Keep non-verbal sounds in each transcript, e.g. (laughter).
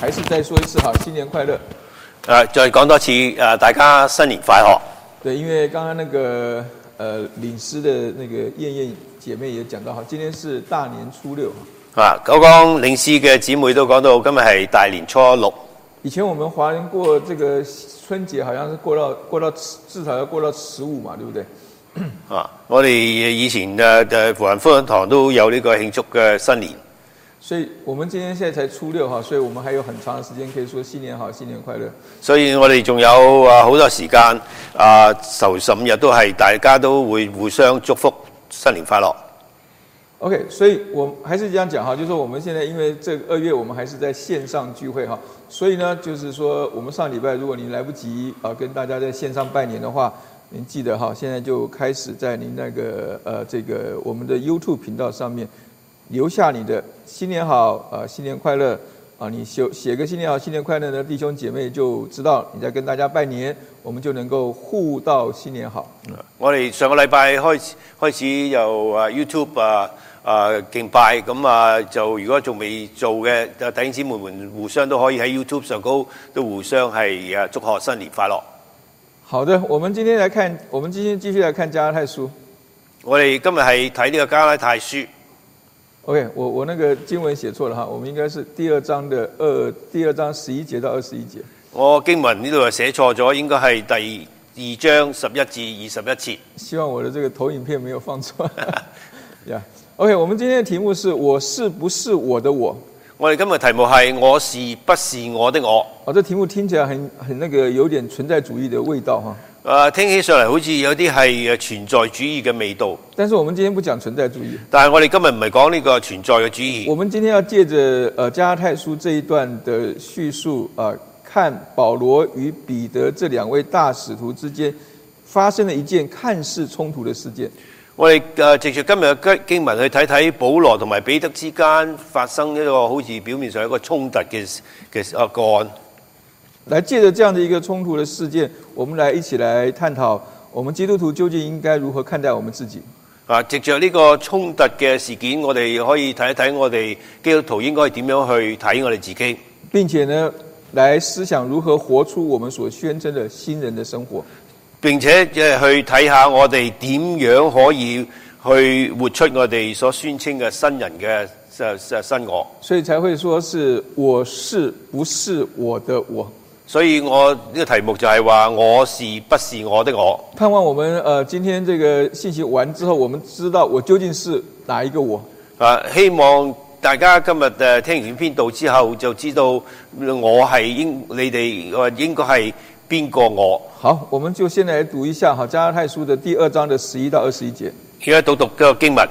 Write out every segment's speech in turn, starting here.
还是再说一次哈，新年快乐。誒，啊再講多次誒，大家新年快樂。对，因为刚刚那个呃领师的那个燕燕姐妹也讲到哈，今天是大年初六哈。啊，九江領事嘅姊妹都講到，今日係大年初六。以前我们华人过这个春节，好像是过到过到十至少要过到十五嘛，对不对？啊，我哋以前誒誒華人福音堂都有呢個慶祝嘅新年。所以我们今天现在才初六哈，所以我们还有很长的时间可以说新年好，新年快乐。所以我哋仲有啊好多時間啊，頭十五日都係大家都會互相祝福新年快樂。 OK，所以我还是这样讲哈，就是说我们现在因为这个二月我们还是在线上聚会哈，所以呢，就是说我们上礼拜如果您来不及啊、呃跟大家在线上拜年的话，您记得哈，现在就开始在您那个呃这个我们的 YouTube 频道上面留下你的新年好啊、呃新年快乐啊、你写写个新年好、新年快乐呢，弟兄姐妹就知道你在跟大家拜年，我们就能够互道新年好。我哋上個禮拜開始開始又啊 YouTube 啊啊敬拜咁啊，就如果仲未做嘅啊弟兄姊妹們互相都可以喺 YouTube 上高都互相係啊祝賀新年快樂。好的，我们今天来看，我们今天继续来看加拉太书。我哋今日係睇呢個加拉太書 OK，我我那个经文写错了哈，我们应该是第二章的二第二章十一节到二十一节。我經文呢度係寫錯咗，應該係第二章十一至二十一節。希望我的这个投影片没有放错。呀、yeah.，OK，我们今天的题目是“我是不是我的我我哋今日題目係我是不是我的我？”。哦，这题目听起来很很那个，有点存在主义的味道哈。啊，聽起上嚟好似有啲係誒啊存在主義嘅味道，但是我们今天不講存在主义，但係我哋今日唔係講呢個存在嘅主義，我们今天要借着呃加拉太书这一段的叙述啊、呃看保罗与彼得这两位大使徒之间发生了一件看似冲突的事件。我哋誒藉住今日嘅呃經經文去睇睇保羅同埋彼得之間發生一個好似表面上一個衝突嘅嘅啊個案。来借着这样的一个冲突的事件，我们来一起来探讨，我们基督徒究竟应该如何看待我们自己？啊，藉着呢個衝突嘅事件，我哋可以睇一睇我哋基督徒應該點樣去睇我哋自己，并且呢，来思想如何活出我们所宣称的新人的生活。並且即係去睇下我哋點樣可以去活出我哋所宣稱嘅新人嘅誒誒新我。所以才会说是我是不是我的我？所以我呢個題目就係話我是不是我的我？盼望我们呃今天这个信息完之后，我们知道我究竟是哪一个我。啊，希望大家今日誒聽完篇道之後，就知道我係應你哋誒應該係邊個我。好，我们就先来读一下哈加拉太书的第二章的十一到二十一节。而家讀讀個經文，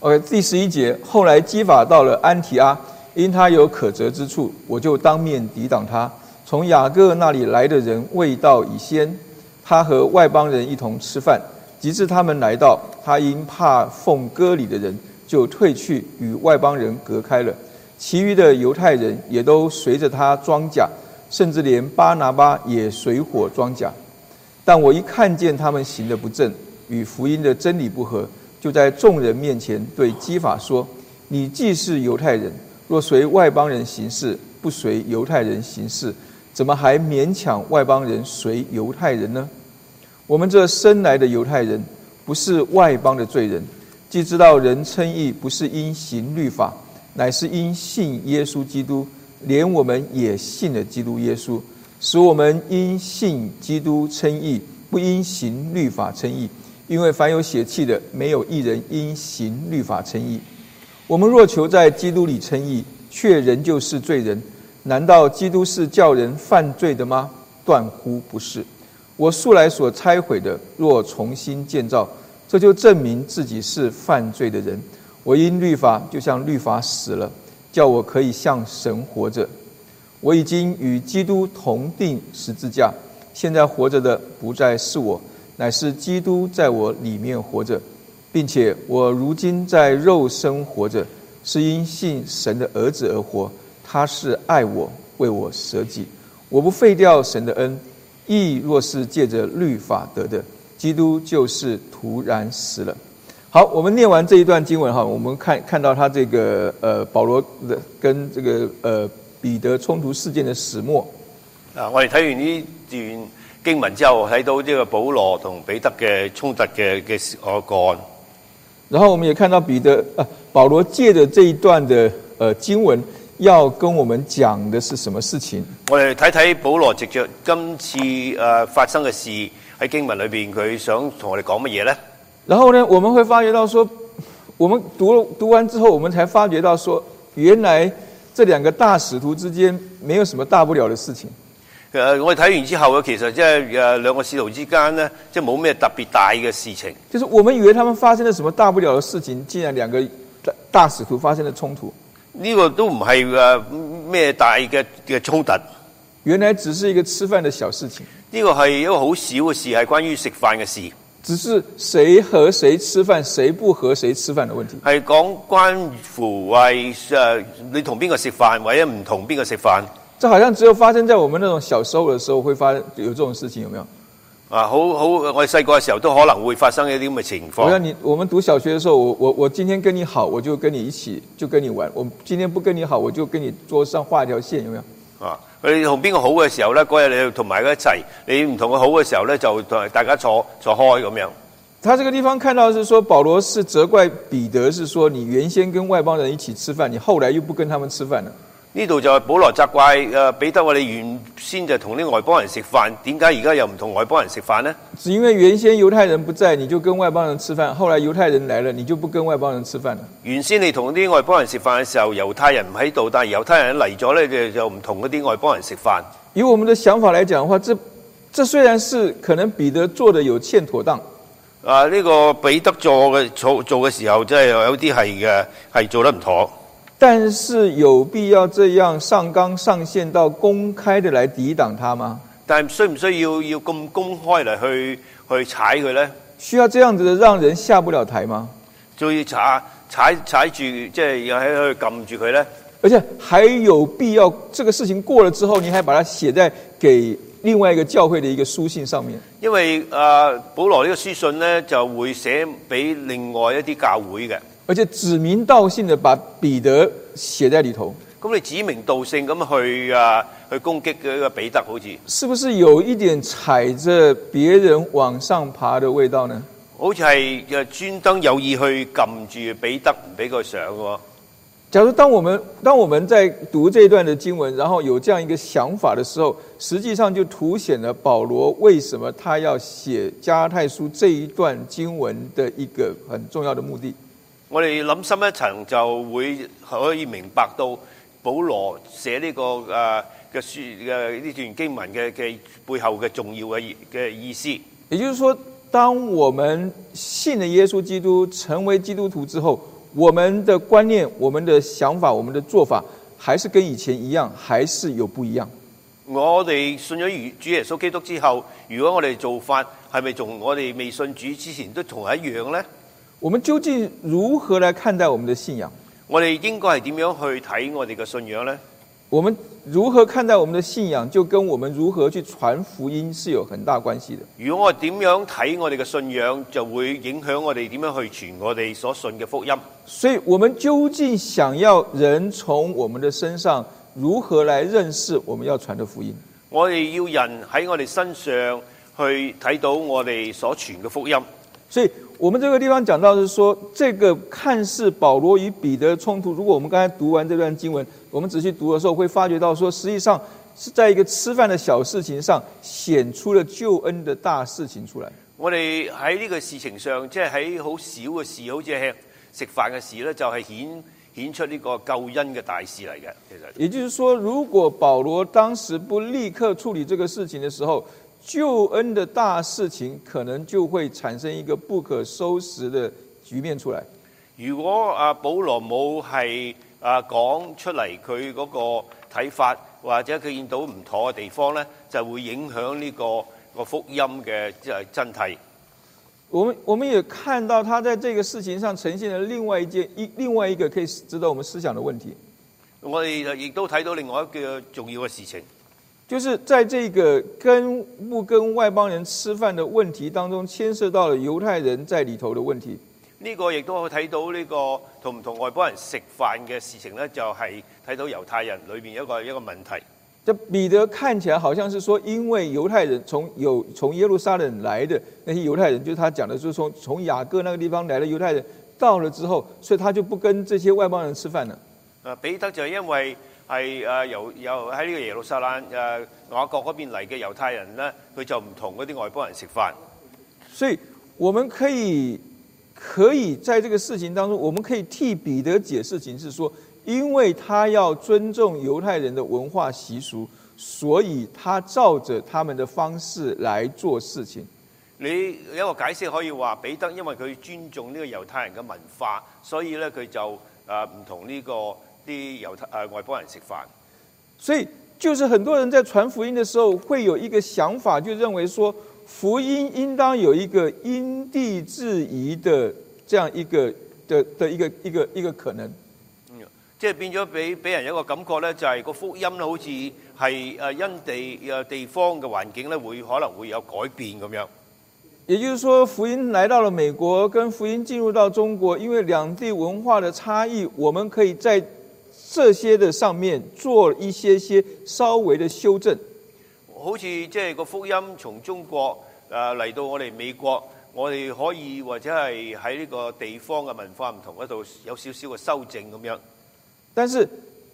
OK，第十一节，后来基法到了安提阿，因他有可责之处，我就当面抵挡他。从雅各那里来的人未到以先，他和外邦人一同吃饭，及至他们来到，他因怕奉割礼的人，就退去与外邦人隔开了。其余的犹太人也都随着他装甲，甚至连巴拿巴也随火装甲。但我一看见他们行的不正，与福音的真理不合，就在众人面前对基法说：“你既是犹太人，若随外邦人行事，不随犹太人行事，怎么还勉强外邦人随犹太人呢？我们这生来的犹太人，不是外邦的罪人，既知道人称义不是因行律法，乃是因信耶稣基督，连我们也信了基督耶稣，使我们因信基督称义，不因行律法称义。因为凡有血气的，没有一人因行律法称义。我们若求在基督里称义，却仍旧是罪人。难道基督是叫人犯罪的吗？断乎不是。我素来所拆毁的，若重新建造，这就证明自己是犯罪的人。我因律法就像律法死了，叫我可以向神活着。我已经与基督同定十字架，现在活着的不再是我，乃是基督在我里面活着，并且我如今在肉身活着，是因信神的儿子而活，他是爱我，为我舍己。我不废掉神的恩，义若是借着律法得的，基督就是突然死了。好，我们念完这一段经文哈，我们看看到他这个呃保罗的跟这个呃彼得冲突事件的始末。啊，我哋睇完呢段經文之後，睇到呢個保羅同彼得嘅衝突嘅嘅個個案。然后我们也看到彼得呃保罗借着这一段的呃经文，要跟我们讲的是什么事情？我哋睇睇保羅藉着今次誒、呃發生嘅事喺經文裏邊，佢想同我哋講乜嘢咧？然后呢，我们会发觉到说，我们读了读完之后，我们才发觉到说，原来这两个大使徒之间没有什么大不了的事情。誒、我哋睇完之後嘅，其實即係誒兩個使徒之間咧，即係冇咩特別大嘅事情。就是我们以为他们发生了什么大不了的事情，竟然两个大大使徒发生了冲突，呢、個都唔係誒咩大嘅嘅衝突，呢、原来只是一个吃饭的小事情，個係一個好少嘅事，係關於食飯嘅事，只是谁和谁吃饭，谁不和谁吃饭的问题。係講關乎為誒、呃你同邊個食飯，或者唔同邊個食飯这好像只有发生在我们那种小时候的时候会发有这种事情，有没有？啊！好好，我哋細個嘅時候都可能會發生一啲咁嘅情好況像。你我们读小学的时候，我我我今天跟你好，我就跟你一起就跟你玩；我今天不跟你好，我就跟你桌上画一条线，有没有？啊！你同邊個好嘅時候咧，嗰日你同埋佢一齊；你唔同佢好嘅時候咧，就同大家坐坐開咁樣。他这个地方看到是说，保罗是责怪彼得，是说你原先跟外邦人一起吃饭，你后来又不跟他们吃饭了。呢度就係保羅責怪誒、呃彼得話：你原先就同啲外邦人食飯，點解而家又唔同外邦人食飯呢？只因为原先犹太人不在，你就跟外邦人吃饭；后来犹太人来了，你就不跟外邦人吃饭了。原先你同啲外邦人食飯嘅時候，猶太人唔喺度，但係猶太人嚟咗咧，就就唔同嗰啲外邦人食飯。以我们的想法来讲的话，这这虽然是可能彼得做的有欠妥当，啊！呢、個彼得做嘅做做嘅時候，真係有啲係嘅係做得唔妥。但是有必要这样上纲上线到公开的来抵挡他吗？但係需唔需要要咁公開嚟去去踩佢呢？需要这样子的让人下不了台吗？仲要踩踩踩住，即係又喺度撳住佢呢？而且还有必要这个事情过了之后，你还把它写在给另外一个教会的一个书信上面？因為啊、保羅呢個書信呢，就會寫俾另外一啲教會嘅。而且指名道姓的把彼得写在里头，咁你指名道姓咁去啊去攻擊嘅一個彼得，好似是不是有一点踩着别人往上爬的味道呢？好似係誒專登有意去撳住彼得，唔俾佢上喎。假如当我们当我们在读这一段的经文，然后有这样一个想法的时候，实际上就凸显了保罗为什么他要写加泰书这一段经文的一个很重要的目的。我哋諗深一層就會可以明白到保羅寫呢、個呃誒嘅、書嘅呢段經文嘅嘅背後嘅重要嘅意嘅意思。也就是说，当我们信了耶稣基督，成为基督徒之后，我们的观念、我们的想法、我们的做法，还是跟以前一样，还是有不一样。我哋信咗主耶穌基督之後，如果我哋做法係咪同我哋未信主之前都同一樣呢？我们究竟如何來看待我们的信仰？我哋應該係點樣去睇我哋嘅信仰呢？我们如何看待我们的信仰，就跟我们如何去传福音是有很大关系的。如果我點樣睇我哋嘅信仰，就會影響我哋點樣去傳我哋所信嘅福音。所以，我们究竟想要人从我们的身上如何来认识我们要传的福音？我哋要人喺我哋身上去睇到我哋所傳嘅福音。所以我们这个地方讲到是说，这个看似保罗与彼得的冲突，如果我们刚才读完这段经文，我们仔细读的时候，会发觉到说，实际上是在一个吃饭的小事情上，显出了救恩的大事情出来。我哋喺呢個事情上，即係喺好少嘅事，好似吃食飯嘅事咧，就係顯顯出呢個救恩嘅大事嚟嘅。其實也就是说，如果保罗当时不立刻处理这个事情的时候，救恩的大事情可能就会产生一个不可收拾的局面出来。如果阿保羅冇係啊講出嚟佢嗰個睇法，或者佢見到唔妥嘅地方咧，就會影響呢、個個福音嘅即係真諦。我们我们也看到他在这个事情上呈现了另外一件一另外一个可以值得我们思想的问题，我哋亦都睇到另外一個重要嘅事情，就是在这个跟不跟外邦人吃饭的问题当中，牵涉到了犹太人在里头的问题。呢、呢個亦都睇到呢個同唔同外邦人食飯嘅事情咧，就係睇到猶太人裏邊一個一個問題。这彼得看起来好像是说，因为犹太人从有从耶路撒冷来的那些犹太人，就是他讲的，就是从从雅各那个地方来的犹太人，到了之后，所以他就不跟这些外邦人吃饭了。啊，彼得就係因為係誒由由喺呢個耶路撒冷誒雅各嗰邊嚟嘅猶太人咧，佢就唔同嗰啲外邦人食飯。所以我们可以可以在这个事情当中，我们可以替彼得解释情是说，因为他要尊重犹太人的文化习俗，所以他照着他们的方式来做事情。你有一個解釋可以話彼得，因為佢尊重呢個猶太人嘅文化，所以咧佢就誒唔同呢、個啲猶太誒、呃外邦人食飯。所以就是很多人在传福音的时候，会有一个想法，就认为说福音应当有一个因地制宜的这样一个的的一个一个一个可能。嗯即係變咗俾俾人一個感覺咧，就係、個福音咧，好似係誒因地誒地方嘅環境咧，會可能會有改變咁樣。也就是说，福音来到了美国，跟福音进入到中国，因为两地文化的差异，我们可以在这些的上面做一些些稍微的修正。好似即係個福音從中國呃誒嚟、到我哋美國，我哋可以或者係喺呢個地方嘅文化唔同嗰度有少少嘅修正咁樣。但是，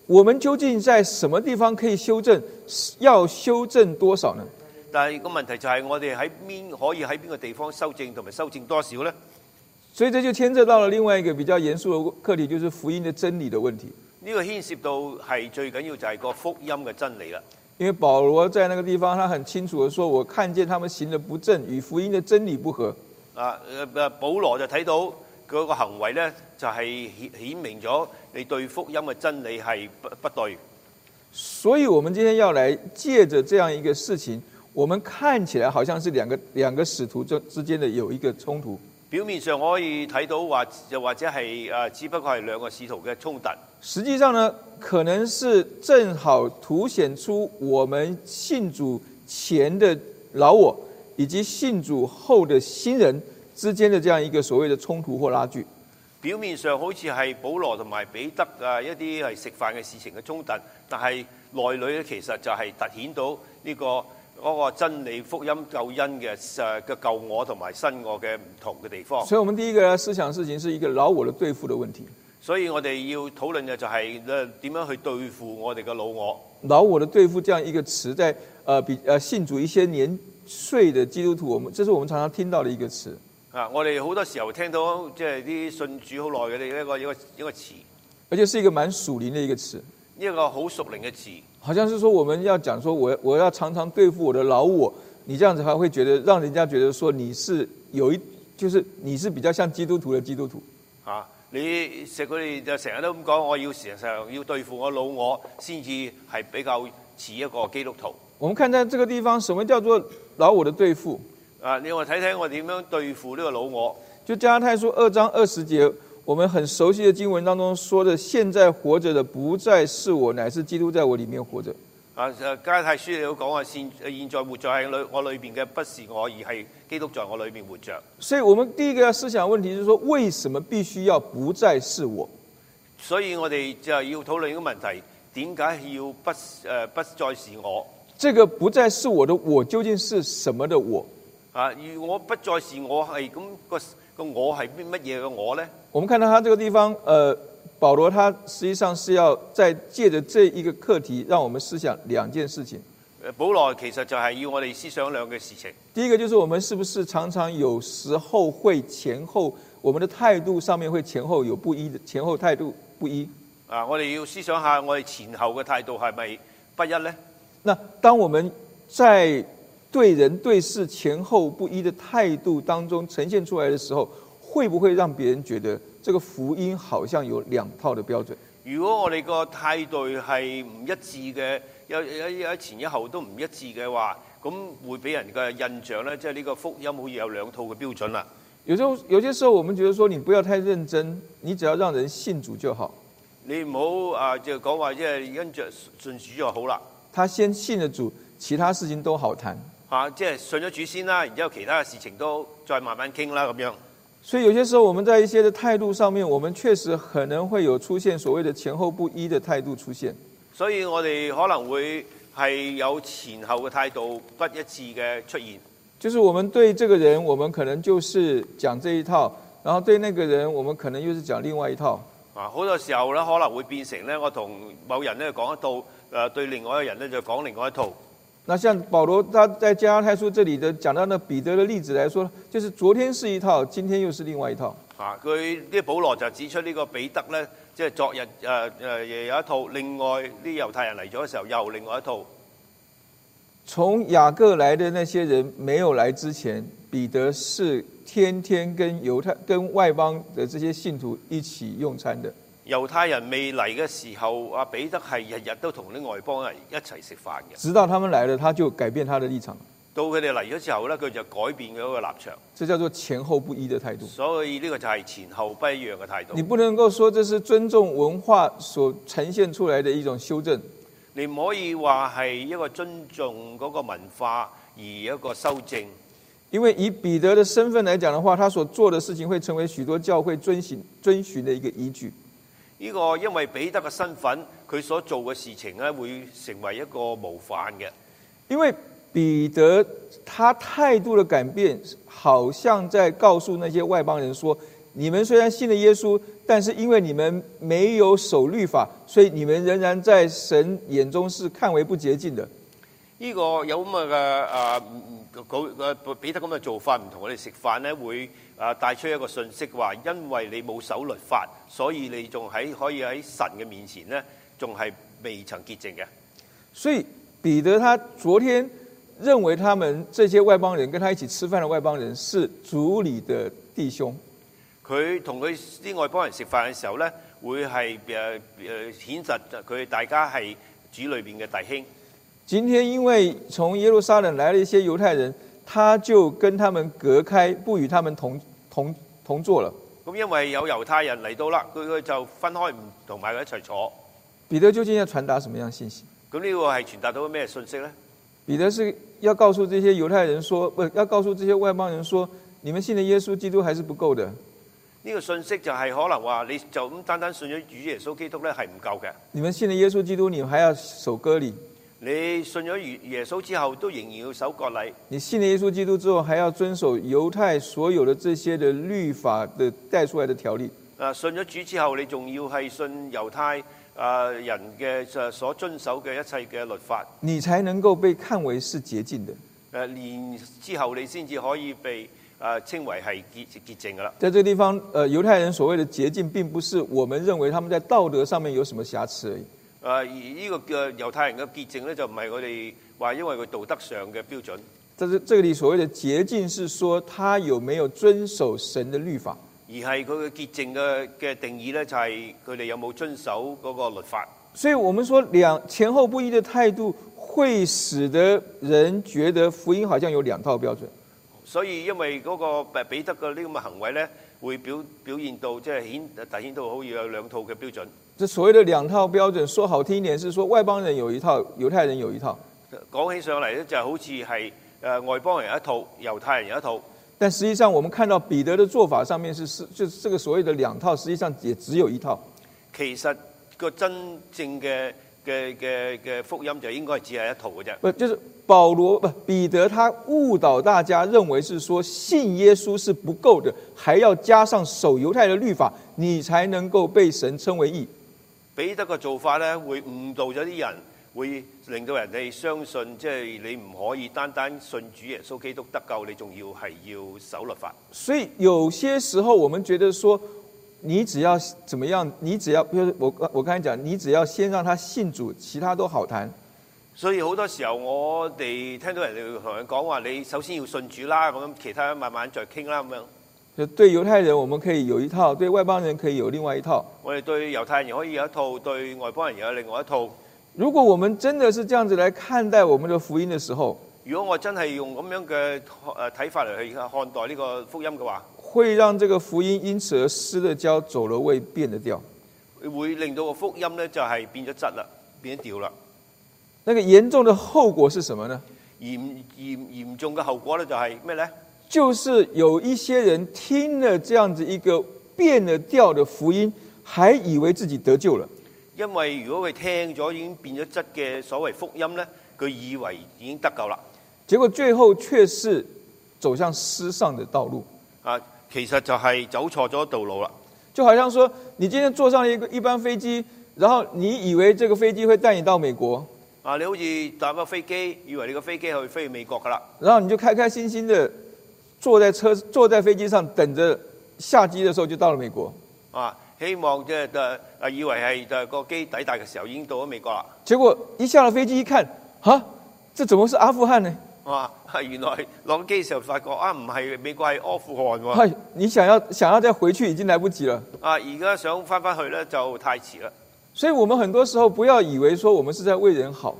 我们究竟在什么地方可以修正？要修正多少呢？但係個問題就係我哋喺邊可以喺邊個地方修正，同埋修正多少呢？所以这就牵涉到了另外一个比较严肃的课题，就是福音的真理的问题。呢、個牽涉到係最緊要就係個福音嘅真理啦。因为保罗在那个地方，他很清楚的说：“我看见他们行的不正，与福音的真理不合。啊誒誒，保羅就睇到佢個行為呢，就係、顯顯明咗你對福音嘅真理係不不對。”所以，我们今天要来借着这样一个事情，我们看起来好像是两个两个使徒之之间的有一个冲突，表面上我可以睇到或又或者係誒，只不過係兩個使徒嘅衝突。实际上呢，可能是正好凸显出我们信主前的老我以及信主后的新人之间的这样一个所谓的冲突或拉锯。表面上好似係保羅同埋彼得啊一啲係食飯嘅事情嘅衝突，但係內裏咧其實就係突顯到呢、個嗰、個真理福音救恩嘅誒嘅救我同埋新我嘅唔同嘅地方。所以，我们第一个思想的事情是一个老我的对付的问题。所以我哋要討論嘅就係咧點樣去對付我哋嘅老我。老我的对付这样一个词，在呃比呃信主一些年岁的基督徒，我们这是我们常常听到的一个词。啊！我哋好多時候聽到即係啲信主好耐嘅一個一個一個詞，而且是一个蛮属灵的一个词，一個好熟靈嘅詞。好像是说我们要讲说我我要常常对付我的老我，你这样子还会觉得让人家觉得说你是有一就是你是比较像基督徒的基督徒，嚇、啊你食佢哋就成日都咁講，我要成日上要對付我老我，先至係比較似一個基督徒。我们看在这个地方，什么叫做老我的对付？啊，你話睇睇我點樣對付呢個老我？就加拉太书二章二十节，我们很熟悉的经文当中说的，现在活着的不再是我，乃是基督在我里面活着。啊，誒加拉太書你都講話，現呃現在活在喺裏我裏邊嘅不是我，而係基督在我裏邊活着。所以，我们第一个要思想的問題就是说，为什么必须要不再是我？所以我哋就要討論一個問題：點解要不誒、不再是我？这个不再是我的我究竟是什么的我？啊，如我不再是我係咁、個個我係邊乜嘢嘅我呢？我们看到他这个地方，呃，保罗他实际上是要在借着这一个课题，让我们思想两件事情。誒呃保羅其實就係要我哋思想兩嘅事情。第一个就是我们是不是常常有时候会前后，我们的态度上面会前后有不一的，前后态度不一。啊，我哋要思想下，我哋前後嘅態度係咪不一呢？那当我们在对人对事前后不一的态度当中呈现出来的时候，会不会让别人觉得这个福音好像有两套的标准？如果我哋個態度係唔一致嘅，有有有前一後都唔一致嘅話，咁會俾人嘅印象呢，即係呢個福音好似有兩套嘅標準啦。有时候，有些时候我们觉得说，你不要太认真，你只要让人信主就好。你唔好啊，就講話即係因着信主就好啦，他先信了主，其他事情都好谈。嚇、即係信咗主先啦，然之後其他嘅事情都再慢慢傾啦咁樣。所以有些时候我们在一些的态度上面，我们确实可能会有出现所谓的前后不一的态度出现。所以我哋可能會係有前後嘅態度不一致嘅出現。就是我们对这个人，我们可能就是讲这一套，然后对那个人，我们可能又是讲另外一套。啊，好多時候咧，可能會變成咧，我同某人咧講一套，誒、對另外一個人咧就講另外一套。那像保罗他在加拉太书这里的讲到那彼得的例子来说，就是昨天是一套，今天又是另外一套。啊，佢呢保羅就指出呢個彼得咧，即係昨日誒誒、有一套，另外啲猶太人嚟咗嘅時候又另外一套。从雅各来的那些人没有来之前，彼得是天天跟犹太、跟外邦的这些信徒一起用餐的。猶太人未嚟嘅時候，阿彼得係日日都同啲外邦人一齊食飯嘅。直到他们来了，他就改变他的立场，到佢哋嚟咗之後咧，佢就改變佢嗰個立場。这叫做前后不一的态度。所以呢個就係前後不一樣嘅態度你。不能够说这是尊重文化所呈现出来的一种修正，你唔可以話係一個尊重嗰個文化而一個修正，因为以彼得的身份来讲的话，他所做的事情会成为许多教会遵循遵循的一个依据。呢、個因為彼得嘅身份，佢所做嘅事情咧，會成為一個模範嘅。因为彼得他态度的改变，好像在告诉那些外邦人说：你们虽然信了耶稣，但是因为你们没有守律法，所以你们仍然在神眼中是看为不洁净的。呢、個有咁嘅啊，嗯佢佢彼得咁嘅做法唔同我哋食飯咧，會啊帶出一個信息話，因為你冇守律法，所以你仲喺可以喺神嘅面前咧，仲係未曾潔淨嘅。所以彼得他昨天认为他们这些外邦人跟他一起吃饭的外邦人是族里的弟兄，佢同佢啲外邦人食飯嘅時候咧，會係誒誒顯實呃佢大家係主裏邊嘅弟兄。今天因为从耶路撒冷来了一些犹太人，他就跟他们隔开，不与他们同同同坐了。咁因為有猶太人嚟到啦，佢佢就分開唔同埋佢一齊坐。彼得究竟要传达什么样的信息？咁呢個係傳達到咩信息咧？彼得是要告诉这些犹太人说，不要告诉这些外邦人说，你们信的耶稣基督还是不够的，呢、個信息就係可能話你就咁單單信咗主耶穌基督咧係唔夠嘅。你们信了耶稣基督，你们还要守割礼，你信咗耶耶穌之後，都仍然要守割禮。你信了耶稣基督之后，还要遵守犹太所有的这些的律法的带出来的条例。啊，信咗主之後，你仲要係信猶太啊人嘅就所遵守嘅一切嘅律法。你才能够被看为是洁净的。誒年之後，你先至可以被誒稱為係潔潔淨噶啦。在这个地方，呃，猶太人所谓的洁净，並不是我们認為他们在道德上面有什麼瑕疵而已。誒而呢個嘅猶太人嘅潔淨咧，就唔係我哋話因為佢道德上嘅標準。但是这里所謂的洁净，是說他有沒有遵守神的律法。而係佢嘅潔淨嘅嘅定義咧，就係佢哋有冇遵守嗰個律法。所以我們說兩前後不一的態度，會使得人覺得福音好像有兩套標準。所以因為嗰個彼得嘅呢咁嘅行為咧，會表表現到即係顯凸顯到好似有兩套嘅標準。這所謂的兩套標準，說好聽一點是說外邦人有一套，猶太人有一套。講起上嚟咧，就好似係誒外邦人一套，猶太人一套。但實際上，我們看到彼得的做法上面是是就是這個所謂的兩套，實際上也只有一套。其實個真正嘅嘅嘅嘅福音就應該只係一套嘅啫。不就是保罗不彼得他误导大家，认为是说信耶稣是不够的，还要加上守犹太的律法，你才能够被神称为义。彼得嘅做法咧，會誤導咗啲人，會令到人哋相信，即、係、你唔可以單單信主耶穌基督得救，你仲要係要守律法。所以有些时候我们觉得说，你只要怎么样，你只要，比如说我我刚才讲，你只要先让他信主，其他都好谈。所以好多時候我哋聽到人哋同人講話，你首先要信主啦，咁其他慢慢再傾啦咁樣。就对犹太人我们可以有一套，對外邦人可以有另外一套。我哋對猶太人可以有一套，對外邦人又有另外一套。如果我们真的是这样子来看待我们的福音的时候，如果我真係用咁樣嘅誒睇法嚟去看待呢個福音嘅話，会让这个福音因此而失了焦，走了位，变了调。會令到個福音咧就係變咗質啦，變咗調啦。那个严重的后果是什么呢？嚴嚴嚴重嘅後果咧就係咩咧？就是有一些人听了这样子一个变了调的福音，还以为自己得救了，因為如果佢聽咗已經變咗質嘅所謂福音呢，佢以為已經得救啦。结果最后却是走向失丧的道路。啊，其實就係走錯咗道路啦。就好像说，你今天坐上一个一班飞机，然后你以为这个飞机会带你到美国，啊，你好似搭咗飛機，以為你個飛機去飛去美國噶啦，然后你就开开心心的坐在车坐在飞机上等着下机的时候就到了美国，啊，希望即係誒誒以為係誒個機抵達嘅時候已經到咗美國啦。结果一下了飞机一看，啊，这怎么是阿富汗呢？哇！啊 (laughs) 原來落機嘅時候發覺啊，唔係美國係阿富汗喎。哎，你想要想要再回去已经来不及了。啊，而家想翻翻去咧就太遲啦。所以我们很多时候不要以为说我们是在为人好，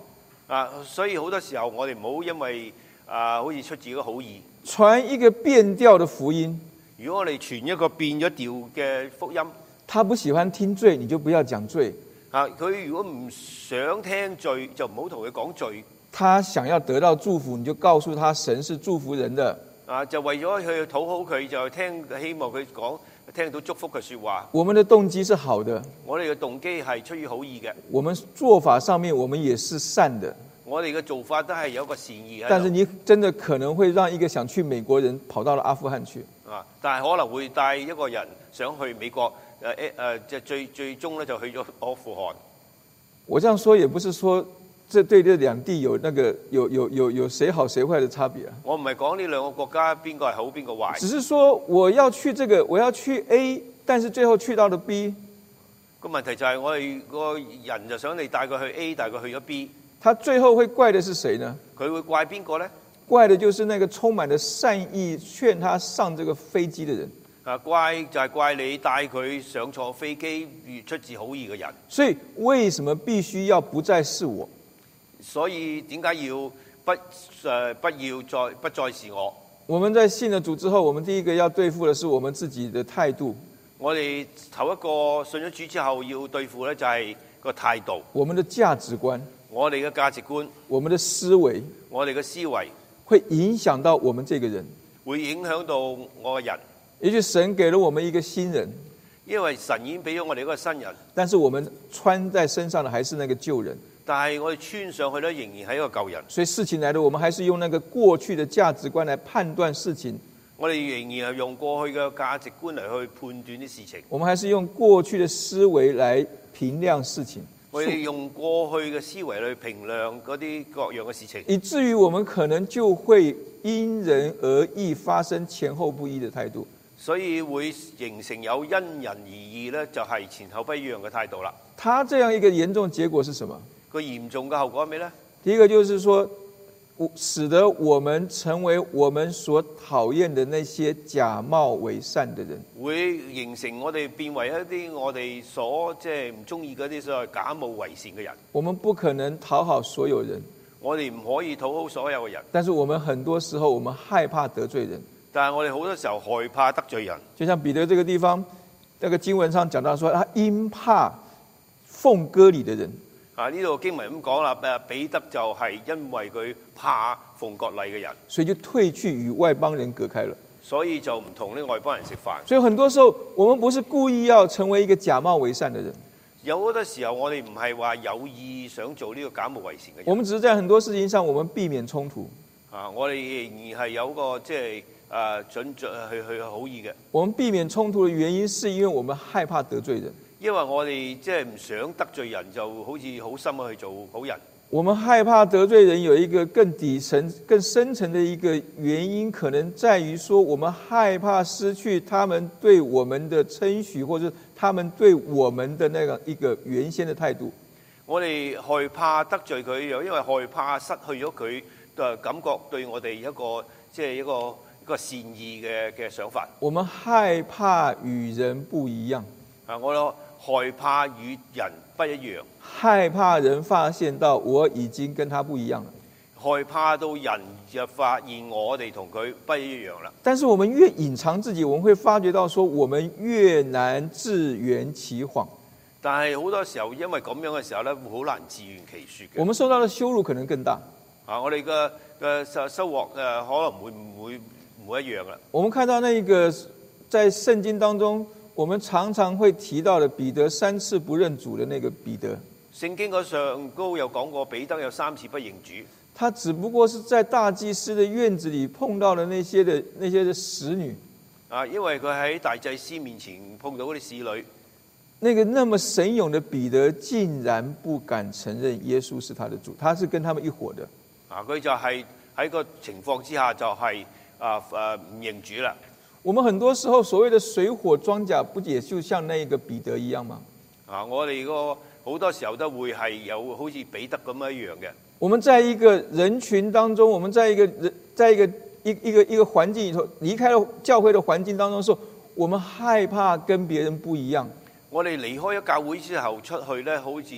啊，所以好多時候我哋唔好因為啊，好似出自己嘅好意。传一个变调的福音，如果我哋傳一個變咗調嘅福音，他不喜欢听罪，你就不要讲罪；啊，佢如果唔想聽罪，就唔好同佢講罪。他想要得到祝福，你就告诉他神是祝福人的。啊，就為咗去討好佢，就聽希望佢講聽到祝福嘅説話。我们的动机是好的，我哋嘅動機係出於好意嘅，我们做法上面我们也是善的，我哋嘅做法都係有一個善意但是喺你真的可能会让一个想去美国人跑到了阿富汗去。度。啊，但係可能會帶一個人想去美國，誒誒誒，即係最最終咧就去咗阿富汗。我这样说也不是说这对这两地有那个有有有有谁好谁坏的差别啊，我唔係講呢兩個國家邊個係好邊個壞，只是说我要去这个我要去 A，但是最后去到了 B，個問題就係我哋個人就想你帶佢去 A，但係佢去咗 B，他最后会怪的是谁呢？佢會怪邊個呢？怪的就是那个充满了善意劝他上这个飞机的人。啊，怪就係怪你帶佢上錯飛機，出自好意嘅人。所以为什么必须要不再是我？所以點解要不誒、呃不要再不再是我？我们在信了主之后，我们第一个要对付的是我們自己的态度，我哋頭一個信咗主之後要對付咧，就係個態度，我們的價值觀，我哋嘅價值觀，我們的思維我哋嘅思維会影響到我們這個人。會影響到我嘅人，也许神给了我們一個新人，因為神已經俾咗我哋一個新人，但是我們穿在身上的還是那個舊人，但係我哋穿上去咧，仍然係一個舊人。所以事情來了，我們還是用那個過去的價值觀來判斷事情，我哋仍然係用過去嘅價值觀嚟去判斷啲事情，我們還是用過去的思維來評量事情，我哋用過去嘅思維去評量嗰啲各樣嘅事情，以至於我們可能就會因人而異，发生前后不一的态度。所以會形成有因人而異咧，就係前後不一樣嘅態度啦。他這樣一個嚴重結果是什麼？個嚴重嘅後果係咩咧？第一个就是说，我使得我们成为我们所讨厌的那些假冒为善的人。會形成我哋變為一啲我哋所即係唔中意嗰啲所謂假冒為善嘅人。我们不可能讨好所有人，我哋唔可以討好所有嘅人，但是我们很多时候我们害怕得罪人。但係我哋好多時候害怕得罪人。就像彼得这个地方，那个经文上讲到说，他因怕奉歌里的人，啊！呢度經文咁講啦，誒彼得就係因為佢怕奉割禮嘅人，所以就退去与外邦人隔開了。所以就唔同啲外邦人食飯。所以很多时候我们不是故意要成為一个假冒为善的人，有好多時候我哋唔係話有意想做呢個假冒為善嘅我人们只是在很多事情上我们避免衝突，啊！我哋仍然係有個即係誒準準去去好意嘅，我们避免衝突的原因是因为我们害怕得罪人。因為我哋即係唔想得罪人，就好似好心去做好人。我们害怕得罪人，有一个更底层、更深层的一个原因，可能在于说，我们害怕失去他们对我们的称许，或者他们对我们的那个一个原先的态度。我哋害怕得罪佢，又因為害怕失去咗佢嘅感覺對我哋一個即係一個一個善意嘅嘅想法。我们害怕与人不一样，啊，我哋害怕與人不一樣，害怕人发现到我已经跟他不一样了。害怕到人就發現我哋同佢不一樣啦。但是我们越隐藏自己，我们会发觉到说，我们越难自圆其谎。但係好多時候，因為咁樣嘅時候咧，會好難自圓其説我嘅。们受到的羞辱可能更大。呃啊，我哋嘅嘅收收穫誒，可能會唔會冇一樣啦。我们看到那个在圣经当中，我们常常会提到的彼得三次不认主的那个彼得，聖經嗰上高有講過彼得有三次不認主，他只不过是在大祭司的院子里碰到了那些的那些的使女，啊，因為佢喺大祭司面前碰到嗰啲侍女，那个那么神勇的彼得竟然不敢承认耶稣是他的主，他是跟他们一伙的。啊，佢就係喺個情況之下就係、啊誒唔認主啦。我们很多时候所谓的水火装甲，不也就像那个彼得一样吗？啊，我哋個好多時候都會係有好似彼得咁一樣嘅。我们在一个人群当中，我们在一个人，在一个一一个一个环境里头，离开了教会的环境当中的时候，我们害怕跟别人不一样，我哋離開咗教會之後出去呢，好似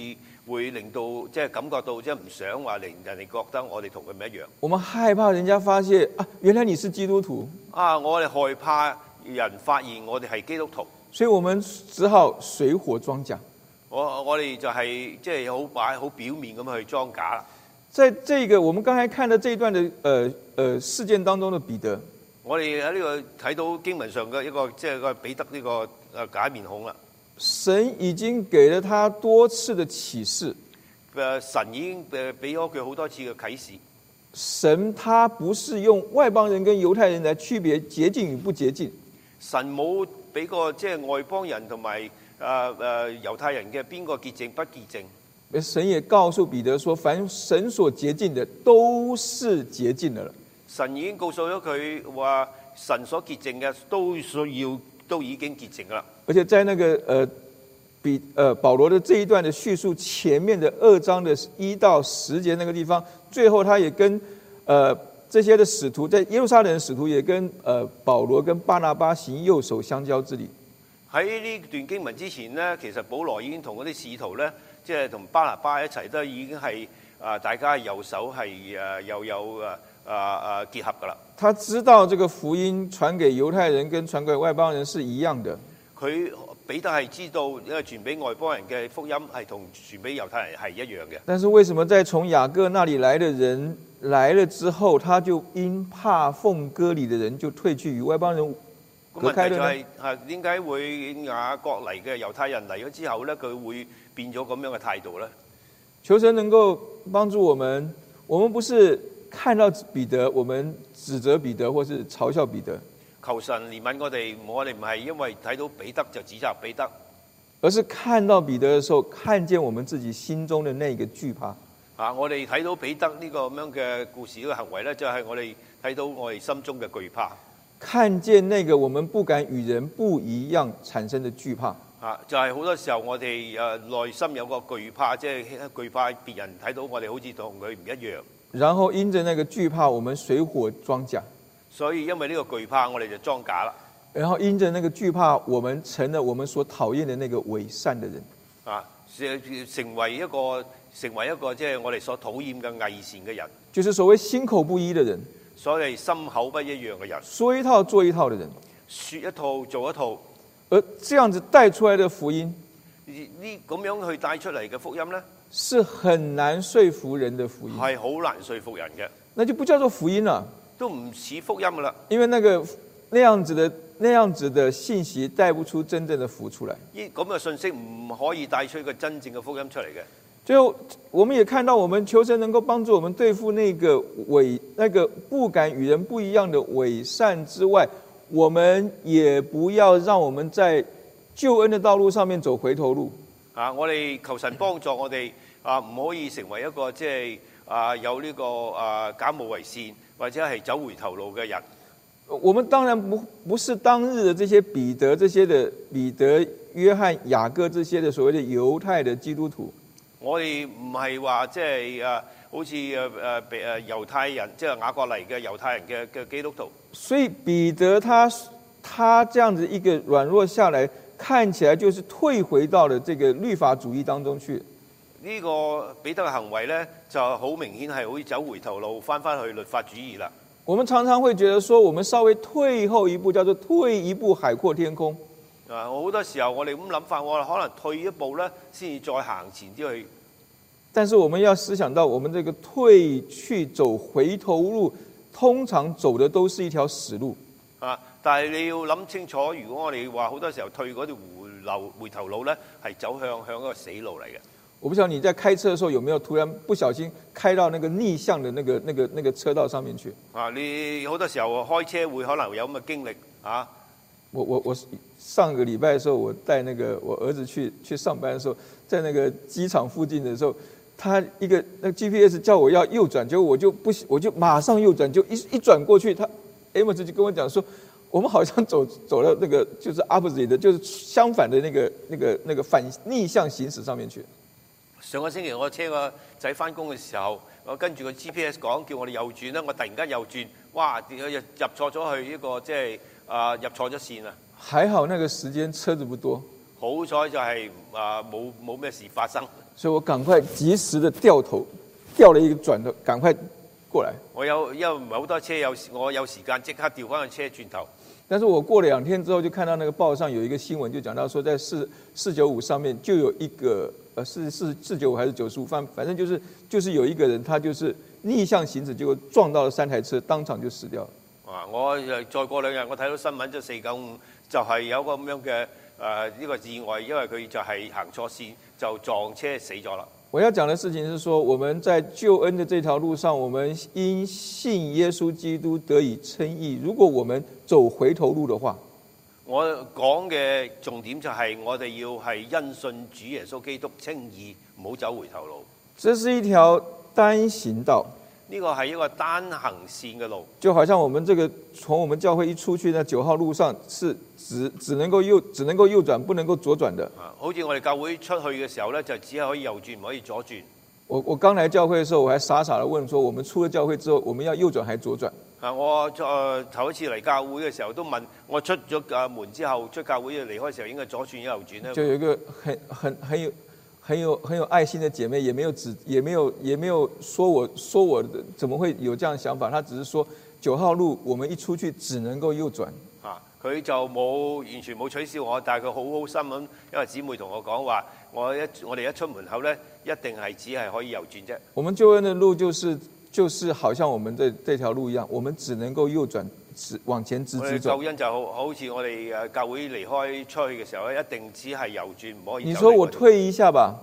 會令到即係感覺到即係唔想話令人哋覺得我哋同佢唔一樣。我们害怕人家发现啊，原来你是基督徒，啊，我哋害怕人發現我哋係基督徒，所以我们只好水火装甲。我我哋就係即係好擺好表面咁去裝假啦。在这个我们刚才看的这一段的呃呃事件当中的彼得，我哋喺呢個睇到經文上嘅一個即係個彼得呢個誒假面孔啦。神已经给了他多次的启示，誒啊神已經誒俾咗佢好多次嘅啟示。神他不是用外邦人跟犹太人来区别洁净与不洁净，神冇俾個即係外邦人同埋誒誒猶太人嘅邊個潔淨不潔淨。而神也告诉彼得说，凡神所洁净的都是洁净的了。神已經告訴咗佢話，神所潔淨嘅都需要都已經潔淨噶啦。而且在那个呃比呃保罗的这一段的叙述前面的二章的一到十节那个地方，最后他也跟呃这些的使徒在耶路撒冷的使徒也跟呃保罗跟巴拿巴行右手相交之礼。喺呢段經文之前呢，其實保羅已經同嗰啲使徒呢，即係同巴拿巴一齊都已經係啊、大家右手係誒、啊又有啊啊啊結合噶啦。他知道这个福音传给犹太人跟传给外邦人是一样的，佢彼得係知道，因為傳俾外邦人嘅福音係同傳俾猶太人係一樣嘅。但是为什么在从雅各那里来的人来了之后，他就因怕奉割礼的人就退去与外邦人咁隔問開題咗就呢係係點解會雅各嚟嘅猶太人嚟咗之後呢，佢會變咗咁樣嘅態度呢？求神能够帮助我们，我们不是看到彼得，我们指责彼得或是嘲笑彼得，求神憐憫我哋，我哋唔係因為睇到彼得就指責彼得，而是看到彼得的時候，看见我们自己心中的那个惧怕。啊！我哋睇到彼得呢個咁樣嘅故事呢個行為呢，就係、我哋睇到我哋心中嘅懼怕看见那个我们不敢与人不一样产生的惧怕，啊！就係、好多時候我哋誒、呃、內心有個懼怕，即係懼怕別人睇到我哋好似同佢唔一樣，然后因着那个惧怕，我们水火装甲，所以因為呢個懼怕，我哋就裝假啦然后因着那个惧怕，我们成了我们所讨厌的那个伪善的人。啊！成成為一個成為一個即係我哋所討厭嘅偽善嘅人，就是所谓心口不一的人，所謂心口不一樣嘅人，说一套做一套的人，説一套做一套，而这样子带出来的福音呢呢咁樣去帶出嚟嘅福音呢，是很难说服人的福音，係好難說服人嘅，那就不叫做福音了，都唔似福音噶啦。因为那个那样子的那样子的信息带不出真正的福出来。呢咁嘅信息唔可以帶出一個真正嘅福音出嚟嘅。最后，我们也看到，我们求神能够帮助我们对付那个伪那个不敢与人不一样的伪善之外，我们也不要让我们在救恩的道路上面走回头路。啊，我哋求神幫助我哋啊，唔可以成為一個即係啊有呢、個啊假冒為善或者係走回頭路嘅人。呃我们当然不不是当日的这些彼得这些的彼得、约翰、雅各这些的所谓的犹太的基督徒，我哋唔係話即係啊，好似誒誒被誒猶太人即係雅各嚟嘅猶太人嘅嘅基督徒。所以彼得他他这样子一个软弱下来，看起来就是退回到了这个律法主义当中去。呢、個彼得嘅行為呢，就好明顯係好似走回頭路，翻翻去律法主義啦。我们常常会觉得说，我们稍微退后一步，叫做退一步海阔天空。啊，好多時候我哋咁諗法，我哋可能退一步呢，先至再行前啲去但是我们要思想到，我们这个退去走回头路，通常走的都是一条死路。啊！但係你要諗清楚，如果我哋話好多時候退嗰條回流回頭路咧，係走向向一個死路嚟嘅。我不晓得你在开车的时候有没有突然不小心开到那个逆向的那个、那个、那个车道上面去。啊！你好多時候開車會可能有咁嘅經歷啊！我我我上个礼拜的时候，我带那个我儿子去去上班的时候，在那个机场附近的时候，他一个那个 GPS 叫我要右转，结果我就不我就马上右转，就一一转过去，他 Amos 就跟我讲说，我们好像走走了那个就是 opposite 的，就是相反的那个那个那个反逆向行驶上面去。上個星期我車個仔翻工嘅時候，我跟住個 GPS 講叫我哋右轉啦，我突然間右轉，哇！入入錯咗去呢個即係啊入錯咗線啊！还好那个时间车子不多，好彩就係啊冇冇咩事發生。所以我赶快及时的掉头，掉了一个转头，赶快过来。我有因為唔係好多車有時，我有時間即刻調翻個車轉頭。但是我过了两天之后，就看到那个报上有一个新闻，就讲到说在四四九五上面就有一个呃是四四九五还是九十五，反反正就是就是有一个人他就是逆向行驶，结果撞到了三台车，当场就死掉了。啊！我誒再過兩日，我睇到新聞即四九五就係有個咁樣嘅誒呢個意外，因為佢就係行錯線就撞車死咗啦。我要讲的事情是说，我们在救恩的这条路上，我们因信耶稣基督得以称义。如果我们走回头路的话，我講嘅重點就係我哋要係因信主耶穌基督稱義，唔好走回頭路。这是一條单行道，呢個係一個單行線嘅路，就好像我们这个从我们教会一出去那九号路上是只只能够右只能够右转，不能够左转的。啊，好似我哋教會出去嘅時候呢，就只係可以右轉，唔可以左轉。我我刚来教会的时候，我还傻傻的问说，我们出了教会之后，我们要右转还左转？啊，我誒、呃頭一次嚟教會嘅時候都問我出咗誒門之後，出教會離開嘅時候應該左轉定右轉呢？就有一个很很很有很有很有爱心的姐妹，也没有指也没有也没有说我说我的怎么会有这样的想法，她只是说九号路我们一出去只能够右转。啊！佢就冇完全冇取笑我，但係佢好好心咁，因為姊妹同我講話，我一我哋一出門口呢，一定係只係可以右轉啫。我们救恩的路就是就是好像我们这这条路一样，我们只能够右转，直往前直我直哋救走。恩就好好似我哋誒教會離開出去嘅時候咧，一定只係右轉，唔可以走你说我另外一條退一下吧，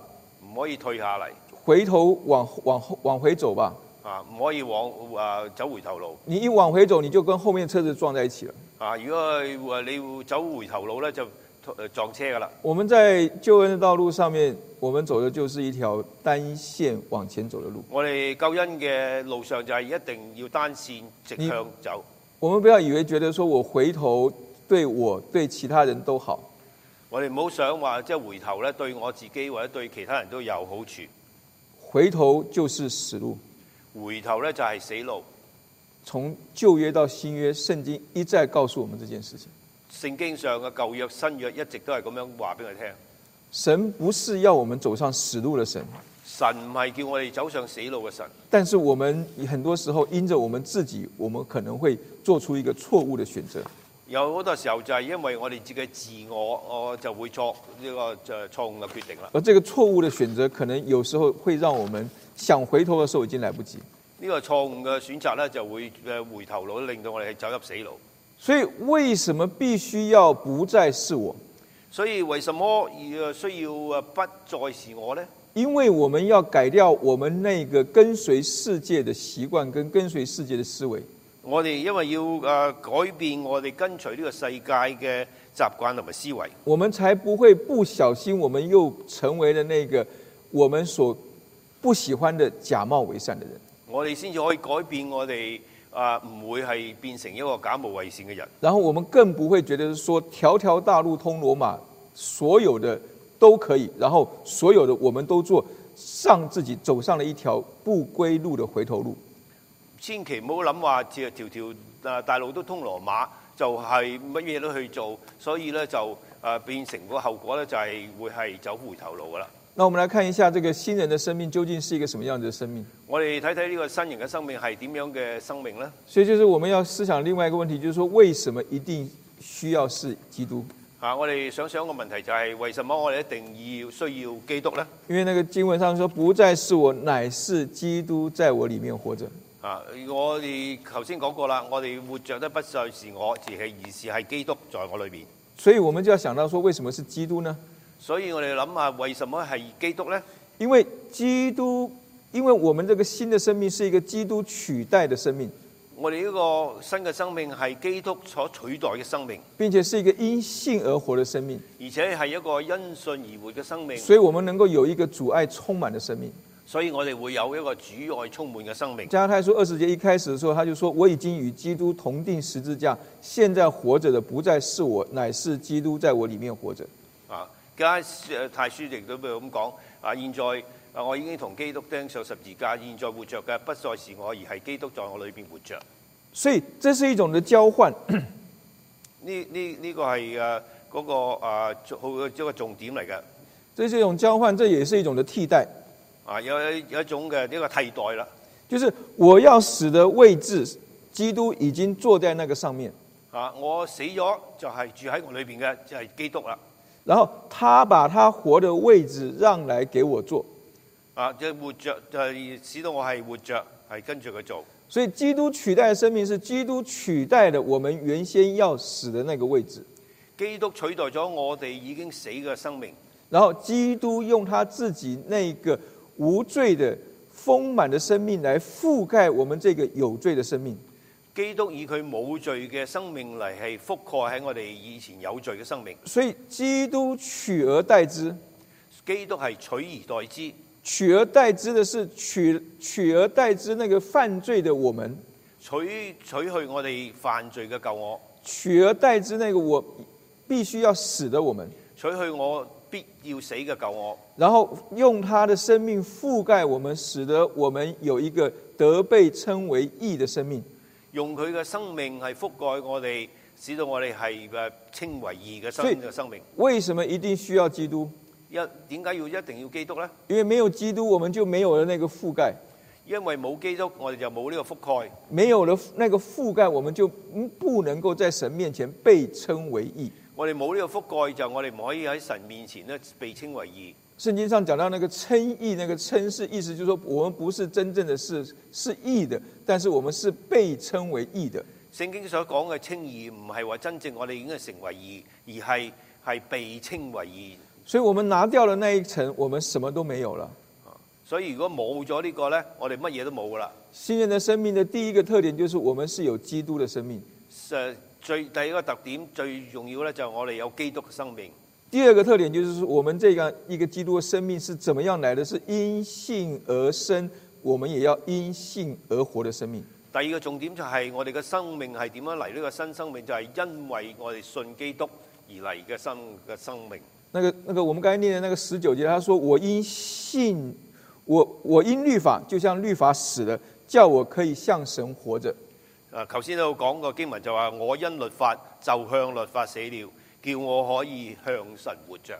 唔可以退下嚟回头往往后往回走吧。啊，唔可以往啊走回頭路你一往回走，你就跟后面车子撞在一起了。啊！如果誒你走回頭路咧，就誒撞車噶啦。我们在救恩的道路上面，我们走的就是一条单线往前走的路。我哋救恩嘅路上就係一定要單線直你向走。我们不要以为觉得说我回頭对我对其他人都好，我哋唔好想話即係回頭咧，對我自己或者對其他人都有好處。回頭就是死路。回頭咧就係死路。從舊約到新約，聖經一再告訴我們這件事情。聖經上嘅舊約、新約一直都係咁樣話俾我聽。神不是要我們走上死路的神，神唔係叫我哋走上死路嘅神。但是我们很多时候因着我們自己，我們可能會做出一個錯誤的選擇。有好多時候就係因為我哋自己自我，我就會作呢個就錯誤嘅決定啦。而這個錯誤的選擇，可能有時候會讓我們想回頭的時候已經來不及。呢、個錯誤嘅選擇咧，就會誒回頭路，令到我哋係走入死路。所以，為什麼必須要不再是我？所以為什麼要需要呃誒不再是我呢？因为我们要改掉我们那个跟随世界的习惯跟跟随世界的思维。我哋因為要誒改變我哋跟隨呢個世界嘅習慣同埋思維，我们才不会不小心，我们又成为了那个我们所不喜欢的假冒伪善的人，我哋先至可以改變我哋啊唔會係變成一個假冒為善嘅人。然后我们更不会觉得说条条大路通罗马，所有的都可以，然后所有的我们都做，让自己走上了一条不归路的回头路。千祈唔好諗話條條條啊大路都通羅馬，就係乜嘢都去做，所以咧就啊變成個後果咧就係會係走回頭路噶啦。那我们来看一下这个新人的生命究竟是一个什么样子的生命。我哋睇睇呢個新型嘅生命係點樣嘅生命咧？所以就是我们要思想另外一个问题，就是说为什么一定需要是基督？啊！我哋想想個問題就係、為什麼我哋一定要需要基督咧？因为那个经文上说，不再是我，乃是基督在我里面活着。啊！我哋頭先講過啦，我哋活着得不再是我，而係而是係基督在我裏面。所以我们就要想到说，为什么是基督呢？所以我哋諗下，為什麼係基督呢？因为基督，因为我们这个新的生命是一个基督取代的生命，我哋呢個新嘅生命係基督所取代嘅生命，并且是一个因信而活的生命，而且係一個因信而活嘅生命。所以我们能够有一个阻碍充满的生命。所以我哋會有一個主愛充滿嘅生命。加拉太书二十节一开始的时候，他就说：“我已经与基督同定十字架，现在活着的不再是我，乃是基督在我里面活着。啊，加誒太書亦都咁講啊，現在啊我已經同基督釘上十字架，現在活着嘅不再是我，而係基督在我裏邊活着。”所以这是一种的交换，呢呢呢個係誒嗰個啊好一個重點嚟嘅这是一种交换，这也是一種的替代，啊，有有有一種嘅呢個替代啦就是我要死的位置，基督已经坐在那个上面，啊，我死咗就係住喺我裏邊嘅就係、基督啦然后他把他活的位置让来给我坐。啊，即係活着就係、使到我係活着，係跟住佢做。所以基督取代的生命是基督取代了我们原先要死的那个位置，基督取代咗我哋已經死嘅生命，然后基督用他自己那个无罪的丰满的生命来覆盖我们这个有罪的生命，基督以佢冇罪嘅生命嚟係覆蓋喺我哋以前有罪嘅生命。所以基督取而代之，基督係取而代之，取而代之的是取取而代之那个犯罪的我们，取取去我哋犯罪嘅救我，取而代之那个我必须要死的我们，取去我必要死嘅救我。然后用他的生命覆盖我们，使得我们有一个得被称为义的生命。用佢嘅生命係覆蓋我哋，使到我哋係誒稱為義嘅生所以嘅生命。为什么一定需要基督？一點解要一定要基督呢？因为没有基督，我们就没有了那个覆盖，因為冇基督，我哋就冇呢個覆蓋，没有了那个覆盖，我们就不能够在神面前被称为义。我哋冇呢個覆蓋，就我哋唔可以喺神面前咧被稱為義。圣经上讲到那个称义，那个称是意思就是说，我们不是真正的是是义的，但是我们是被称为义的。聖經所講嘅稱義，唔係話真正我哋已經係成為義，而係係被稱為義。所以，我们拿掉了那一层，我们什么都没有了。所以如果冇咗呢個呢，我哋乜嘢都冇噶啦。新人的生命的第一个特点就是我们是有基督的生命，誒最第一個特點最重要呢，就係我哋有基督嘅生命。第二个特点就是说我们这样一个基督的生命是怎么样来的？是因信而生，我们也要因信而活的生命。第二個重點就係我哋嘅生命係點樣嚟？呢個新生命就係因為我哋信基督而嚟嘅生嘅生命。那个那个，我们刚才念的那个十九节，他说：“我因信，我我因律法，就像律法死了，叫我可以向神活着。啊，頭先都講過經文就話：我因律法就向律法死了，叫我可以向神活着。”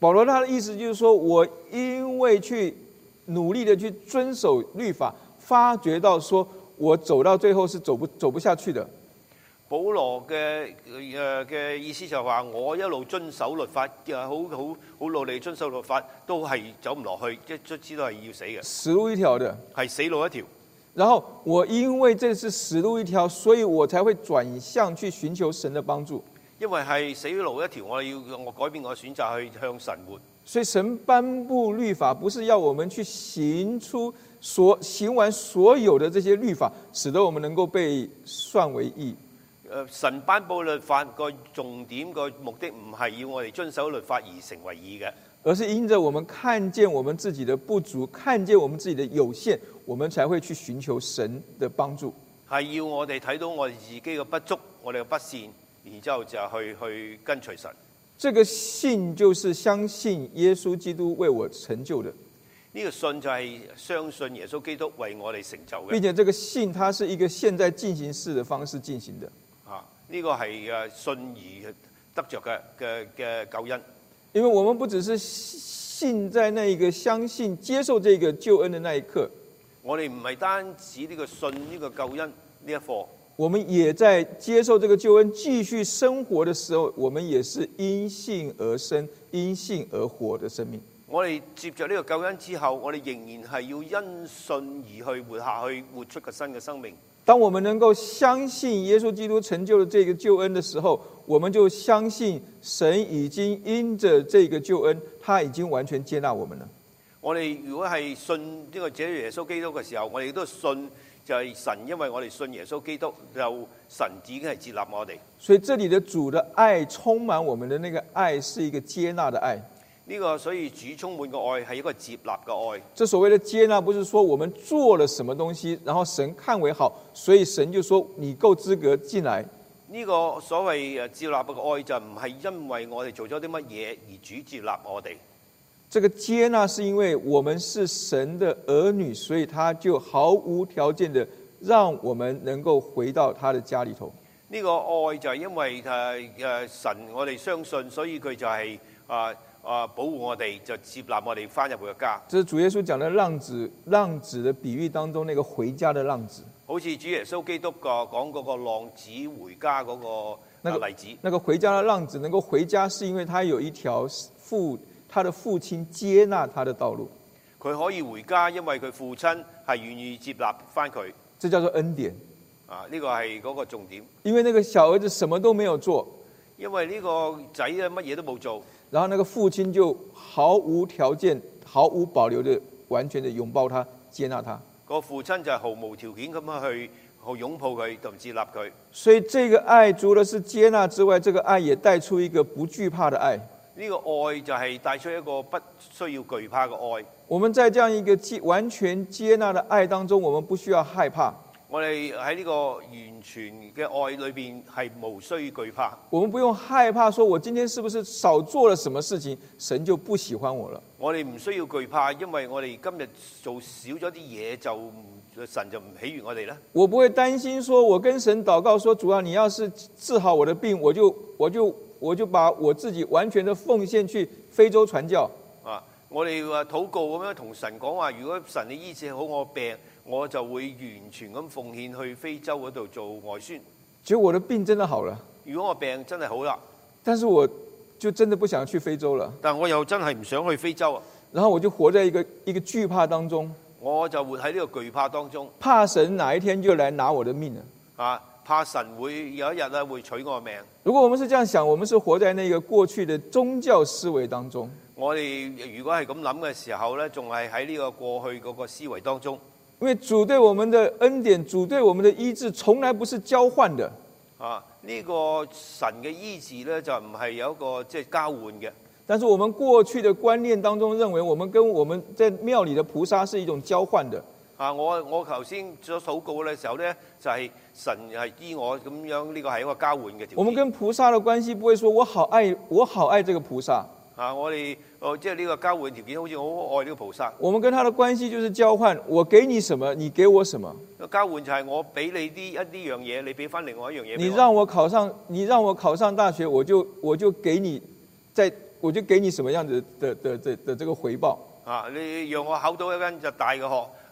保罗他的意思就是说，我因为去努力的去遵守律法，发觉到说我走到最后是走不走不下去的。保羅嘅誒嘅意思就係話，我一路遵守律法，又好好好努力遵守律法，都係走唔落去，即即知道係要死嘅，死路一条的。係死路一條。然后我因为这是死路一条，所以我才会转向去寻求神的帮助。因為係死路一條，我要我改變我選擇去向神活。所以神颁布律法，不是要我们去行出所行完所有的这些律法，使得我们能够被算为义，誒、神頒布律法個重點個目的唔係要我哋遵守律法而成為義嘅，而是因着我们看见我们自己的不足，看见我们自己的有限，我们才会去寻求神的帮助。係要我哋睇到我哋自己嘅不足，我哋嘅不善，然之後就去去跟隨神。这个信就是相信耶稣基督为我成就的。呢、個信就係相信耶穌基督為我哋成就嘅并。且这个信它是一个现在进行式的方式进行的，啊！呢、個係誒信而得着嘅嘅嘅救恩。因为我们不只是信在那一个相信接受这个救恩的那一刻，我哋唔係單止呢個信呢、個救恩呢一課，我们也在接受这个救恩继续生活的时候，我们也是因信而生、因信而活的生命。我哋接着呢個救恩之後，我哋仍然係要因信而去活下去，活出個新嘅生命。当我们能够相信耶稣基督成就了这个救恩的时候，我们就相信神已经因着这个救恩，他已经完全接纳我们了。我哋如果係信呢個主耶穌基督嘅時候，我哋都信就係神，因為我哋信耶穌基督，就神已經係接納我哋。所以这里的主的爱充满我们的那个爱是一个接纳的爱。呢、個所以主充滿嘅愛係一個接納嘅愛。这所谓的接纳，不是说我们做了什么东西，然后神看为好，所以神就说你够资格进来。呢、個所謂誒接納嘅愛就唔係因為我哋做咗啲乜嘢而主接納我哋。这个接纳是因为我们是神的儿女，所以他就毫无条件的让我们能够回到他的家里头。呢、個愛就係因為誒誒、呃神，我哋相信，所以佢就係啊啊保護我哋，就接納我哋翻入佢嘅家。这是主耶稣讲的浪子，浪子的比喻当中那个回家的浪子，好似主耶穌基督個講嗰個浪子回家嗰、個、那個啊例子，那个回家的浪子能够回家，是因为他有一条父他的父亲接纳他的道路，佢可以回家，因為佢父親係願意接納翻佢。这叫做恩典。啊，呢、個係嗰個重點，因为那个小儿子什么都没有做，因為呢個仔咧乜嘢都冇做，然后那个父亲就毫无条件、毫无保留的、完全的拥抱他、接纳他。個父親就係毫無條件咁樣去去擁抱佢同接納佢。所以这个爱除了是接纳之外，这个爱也带出一个不惧怕的爱。呢、個愛就係帶出一個不需要懼怕嘅愛。我们在这样一个接完全接纳的爱当中，我们不需要害怕，我哋喺呢個完全嘅愛裏邊係無需懼怕，我们不用害怕说我今天是不是少做了什么事情，神就不喜欢我了。我哋唔需要懼怕，因為我哋今日做少咗啲嘢就唔神就唔喜悅我哋啦。我不会担心说我跟神祷告说主啊，你要是治好我的病，我就我就我就把我自己完全的奉献去非洲传教。啊，我哋話禱告咁樣同神講話，如果神你醫治好我病，我就會完全咁奉獻去非洲嗰度做外宣。结果我的病真的好了，如果我病真係好啦，但是我就真的不想去非洲了，但我又真係唔想去非洲啊，然后我就活在一个一个惧怕当中，我就活喺呢個懼怕當中怕神哪一天就来拿我的命了。啊，怕神會有一日咧會取我命。如果我们是这样想，我们是活在那个过去的宗教思维当中，我哋如果係咁諗嘅時候呢，仲係喺呢個過去嗰個思維當中因为主对我们的恩典，主对我们的医治，从来不是交换的。啊。呢、個神嘅醫治呢，就唔係有一個即係交換嘅。但是我们过去的观念当中，认为我们跟我们在庙里的菩萨是一种交换的。啊！我我頭先所禱告嘅時候呢，就係、神係醫我咁樣，呢個係一個交換嘅我條们件。跟菩萨的关系不会说我好爱我好爱這個菩萨，啊！我哋哦，即係呢個交換條件，好似我好愛呢個菩薩。我們跟他的關係就是交換，我給你什麼，你給我什麼。個交換就係我俾你啲一啲樣嘢，你俾翻另外一樣嘢你俾我。讓我考上，你讓我考上大學，我就我就給你，在我就給你什麼樣子的的的的的這個回報。啊！你讓我考到一間就大嘅學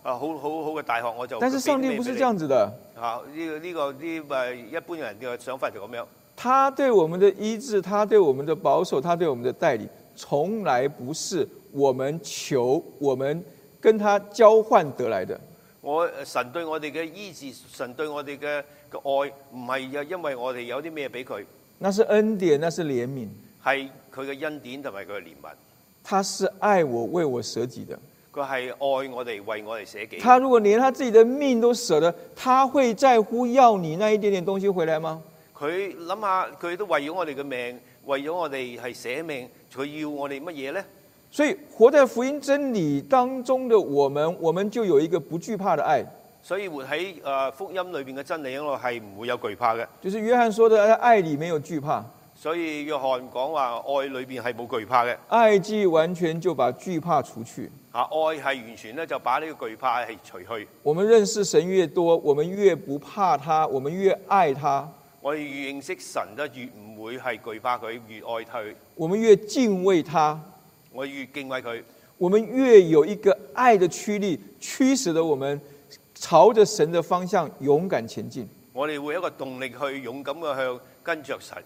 啊，好好好嘅大學，哦我就但是俾上帝咩不是俾這樣你子的，啊！呢、個呢、個啲誒一般人嘅想法就咁樣。他对我们的医治，他对我们的保守，他对我们的带领，从来不是我们求我们跟他交换得来的。我神對我哋嘅醫治，神對我哋嘅嘅愛，唔係因為我哋有啲咩俾佢，那是恩典，那是怜悯，係佢嘅恩典同埋佢嘅憐憫。他是愛我，為我舍己的。佢係愛我哋，為我哋捨己。他如果连他自己的命都舍了，他会在乎要你那一點點東西回來吗？佢諗下，佢都為咗我哋嘅命，為咗我哋係捨命。佢要我哋乜嘢呢？所以活在福音真理当中的我们，我们就有一个不惧怕的愛，所以活喺誒福音裏邊嘅真理嗰度係唔會有懼怕嘅。就是約翰說的，在愛裡没有惧怕，所以約翰講話愛裏邊係冇懼怕嘅。愛既完全就把惧怕除去。啊，愛係完全咧就把呢個懼怕係除去。我们认识神越多，我们越不怕他，我們越愛他，我哋越認識神咧，越唔會係懼怕佢，越愛佢，我們越敬畏他，我越敬畏佢。我們越有一個愛的驅力，驅使得我們朝着神的方向勇敢前进。我哋會有一個動力去勇敢嘅向跟着神。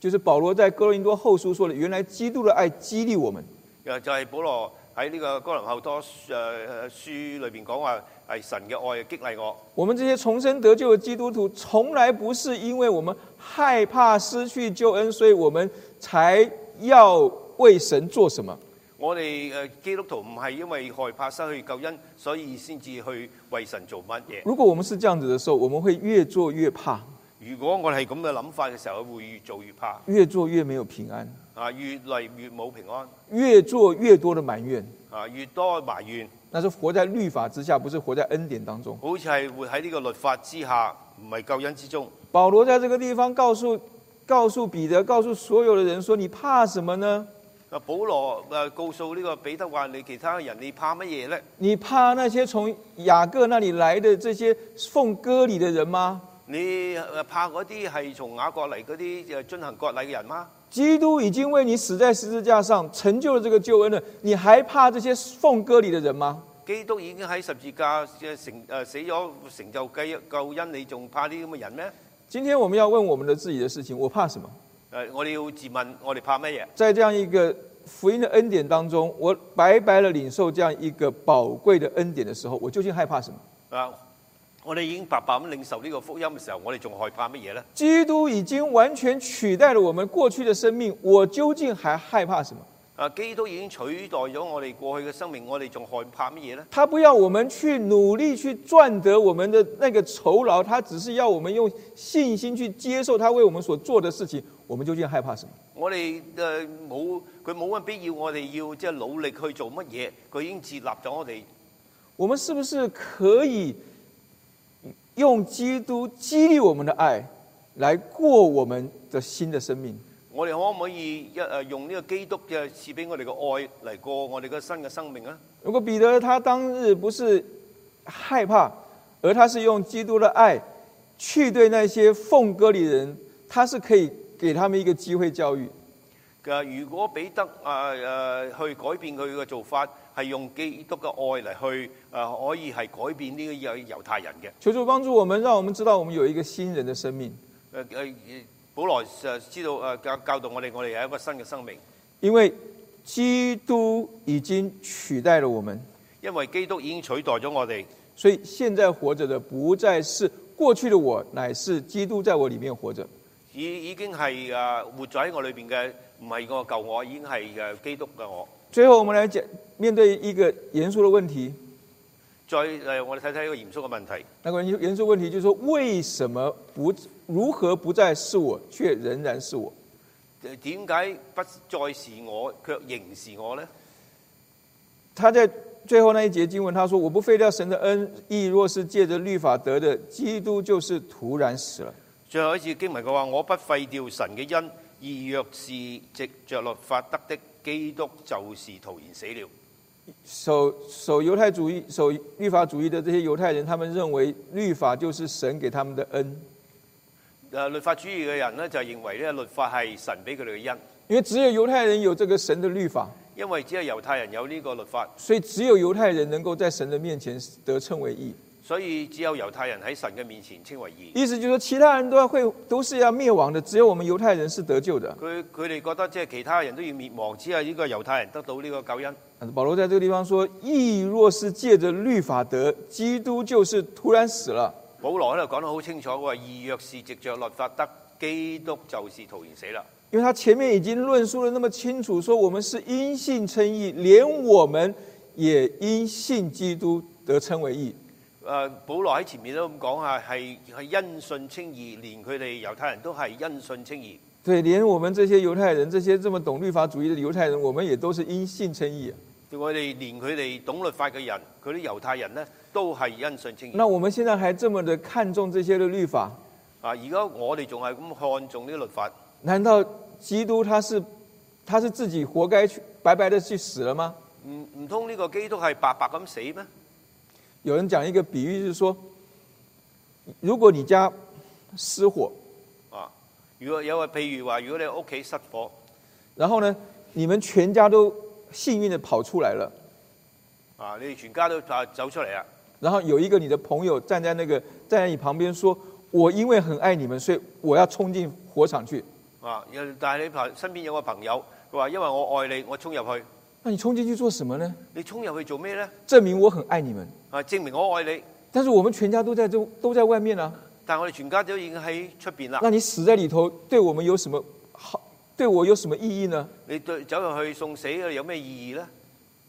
就是保罗在哥林多后书说的，原来基督的爱激励我们，又就係保羅喺呢個哥林後多誒、呃、書裏邊講話係神嘅愛激勵我。我们这些重生得救的基督徒，从来不是因为我们害怕失去救恩，所以我们才要为神做什么。我哋誒基督徒唔係因為害怕失去救恩，所以先至去為神做乜嘢。如果我们是这样子的时候，我们会越做越怕，如果我哋係咁嘅諗法嘅時候，會越做越怕，越做越没有平安，啊，越嚟越冇平安，越做越多的埋怨。啊，越多埋怨，那是活在律法之下，不是活在恩典当中。好似係活喺呢個律法之下，唔係救恩之中。保罗在这个地方告诉告诉彼得，告诉所有的人说：“你怕什么呢？啊，保羅誒告訴呢個彼得話：你其他人你怕乜嘢呢？你怕那些从雅各那里来的这些奉割礼的人吗？你誒怕嗰啲係從雅各嚟嗰啲誒進行割禮嘅人嗎？基督已经为你死在十字架上，成就了这个救恩了，你还怕这些奉割礼的人吗？基督已經喺十字架嘅成誒死咗成就救救恩，你仲怕呢啲咁嘅人咩？今天我们要问我们的自己的事情：我怕什么？誒，呃我哋要自問，我哋怕乜嘢？在这样一个福音的恩典当中，我白白的领受这样一个宝贵的恩典的时候，我究竟害怕什么？啊，我哋已經白白咁領受呢個福音嘅時候，我哋仲害怕乜嘢呢？基督已经完全取代了我们过去的生命，我究竟还害怕什么？啊，基督已經取代咗我哋過去嘅生命，我哋仲害怕乜嘢呢？他不要我们去努力去赚得我们的那个酬劳，他只是要我们用信心去接受他为我们所做的事情。我们究竟害怕什么？我哋誒冇佢冇乜必要，我哋要即係努力去做乜嘢？佢已經設立咗我哋。我们是不是可以用基督激励我们的爱，来过我们的新的生命？我哋可唔可以一誒用呢個基督嘅賜俾我哋嘅愛嚟過我哋嘅新嘅生命啊？如果彼得他当日不是害怕，而他是用基督的爱去对那些奉割礼的人，他是可以给他们一个机会教育。嘅呃如果彼得啊誒、去改變佢嘅做法，係用基督嘅愛嚟去誒、呃可以係改變呢個猶猶太人嘅。求主帮助我们，讓我们知道我们有一个新人的生命，誒誒，呃保羅誒知道誒教教導我哋，我哋有一個新嘅生命，因为基督已經取代了我们，因為基督已經取代咗我哋，所以現在活着的不再是過去的我，乃是基督在我里面活着。已已經係誒活咗喺我裏邊嘅，唔係個舊我，已經係誒基督嘅我。最後，我們來講面對一個嚴肅的問題，再誒，我哋睇睇一個嚴肅嘅問題，那個嚴嚴肅問題就是說，為什麼不如何不再是我，却仍然是我？誒點解不再是我，卻仍是我呢？他在最後那一節經文，他說：“我不废掉神的恩义，若是借着律法得的，基督就是突然死了。”最後一次經文佢話：我不廢掉神嘅恩，而若是藉着律法得的，基督就是徒然死了。守守犹太主义、守律法主义的这些犹太人，他们认为律法就是神给他们的恩，誒啊律法主義嘅人呢，就認為咧律法係神俾佢哋嘅恩。因为只有犹太人有这个神的律法，因為只係猶太人有呢個律法，所以只有犹太人能够在神的面前得称为义。所以只有猶太人喺神嘅面前稱為義。意思就是说，其他人都要会都是要灭亡的，只有我们犹太人是得救的。佢佢哋覺得即係其他人都要滅亡，只係呢個猶太人得到呢個救恩。保罗在这个地方说：“义若是借着律法得，基督就是突然死了。保羅喺度講得好清楚，佢話義若是藉着律法得，基督就是徒然死啦。”因为他前面已经论述的那么清楚，说我们是因信称义，连我们也因信基督得称为义。誒、呃保羅喺前面都咁講啊，係係因信稱義，連佢哋猶太人都係因信稱義。对，连我们这些犹太人，这些这么懂律法主义的犹太人，我们也都是因信称义。啊我哋連佢哋懂律法嘅人，佢啲猶太人呢，都係因信稱義。那我们现在还这么的看重这些的律法，啊，而家我哋仲係咁看重呢個律法。难道基督他是他是自己活该去白白的去死了吗？唔唔通呢個基督係白白咁死咩？有人讲一个比喻是说，如果你家失火，啊，如果有個譬如話，如果你屋企失火，然后呢，你们全家都幸运的跑出来了，啊，你哋全家都啊走出嚟啦，然后有一个你的朋友站在那个站在你旁边说：“我因为很爱你们，所以我要冲进火场去。”啊，有但係你朋身邊有個朋友，佢話因為我愛你，我衝入去，那你冲进去做什么呢？你衝入去做咩呢？证明我很爱你们。啊，證明我愛你，但是我们全家都在这都在外面啊，但我哋全家都已經喺出邊啦。那你死在里头，对我们有什么好？对我有什么意义呢？你對走入去送死有咩意義呢？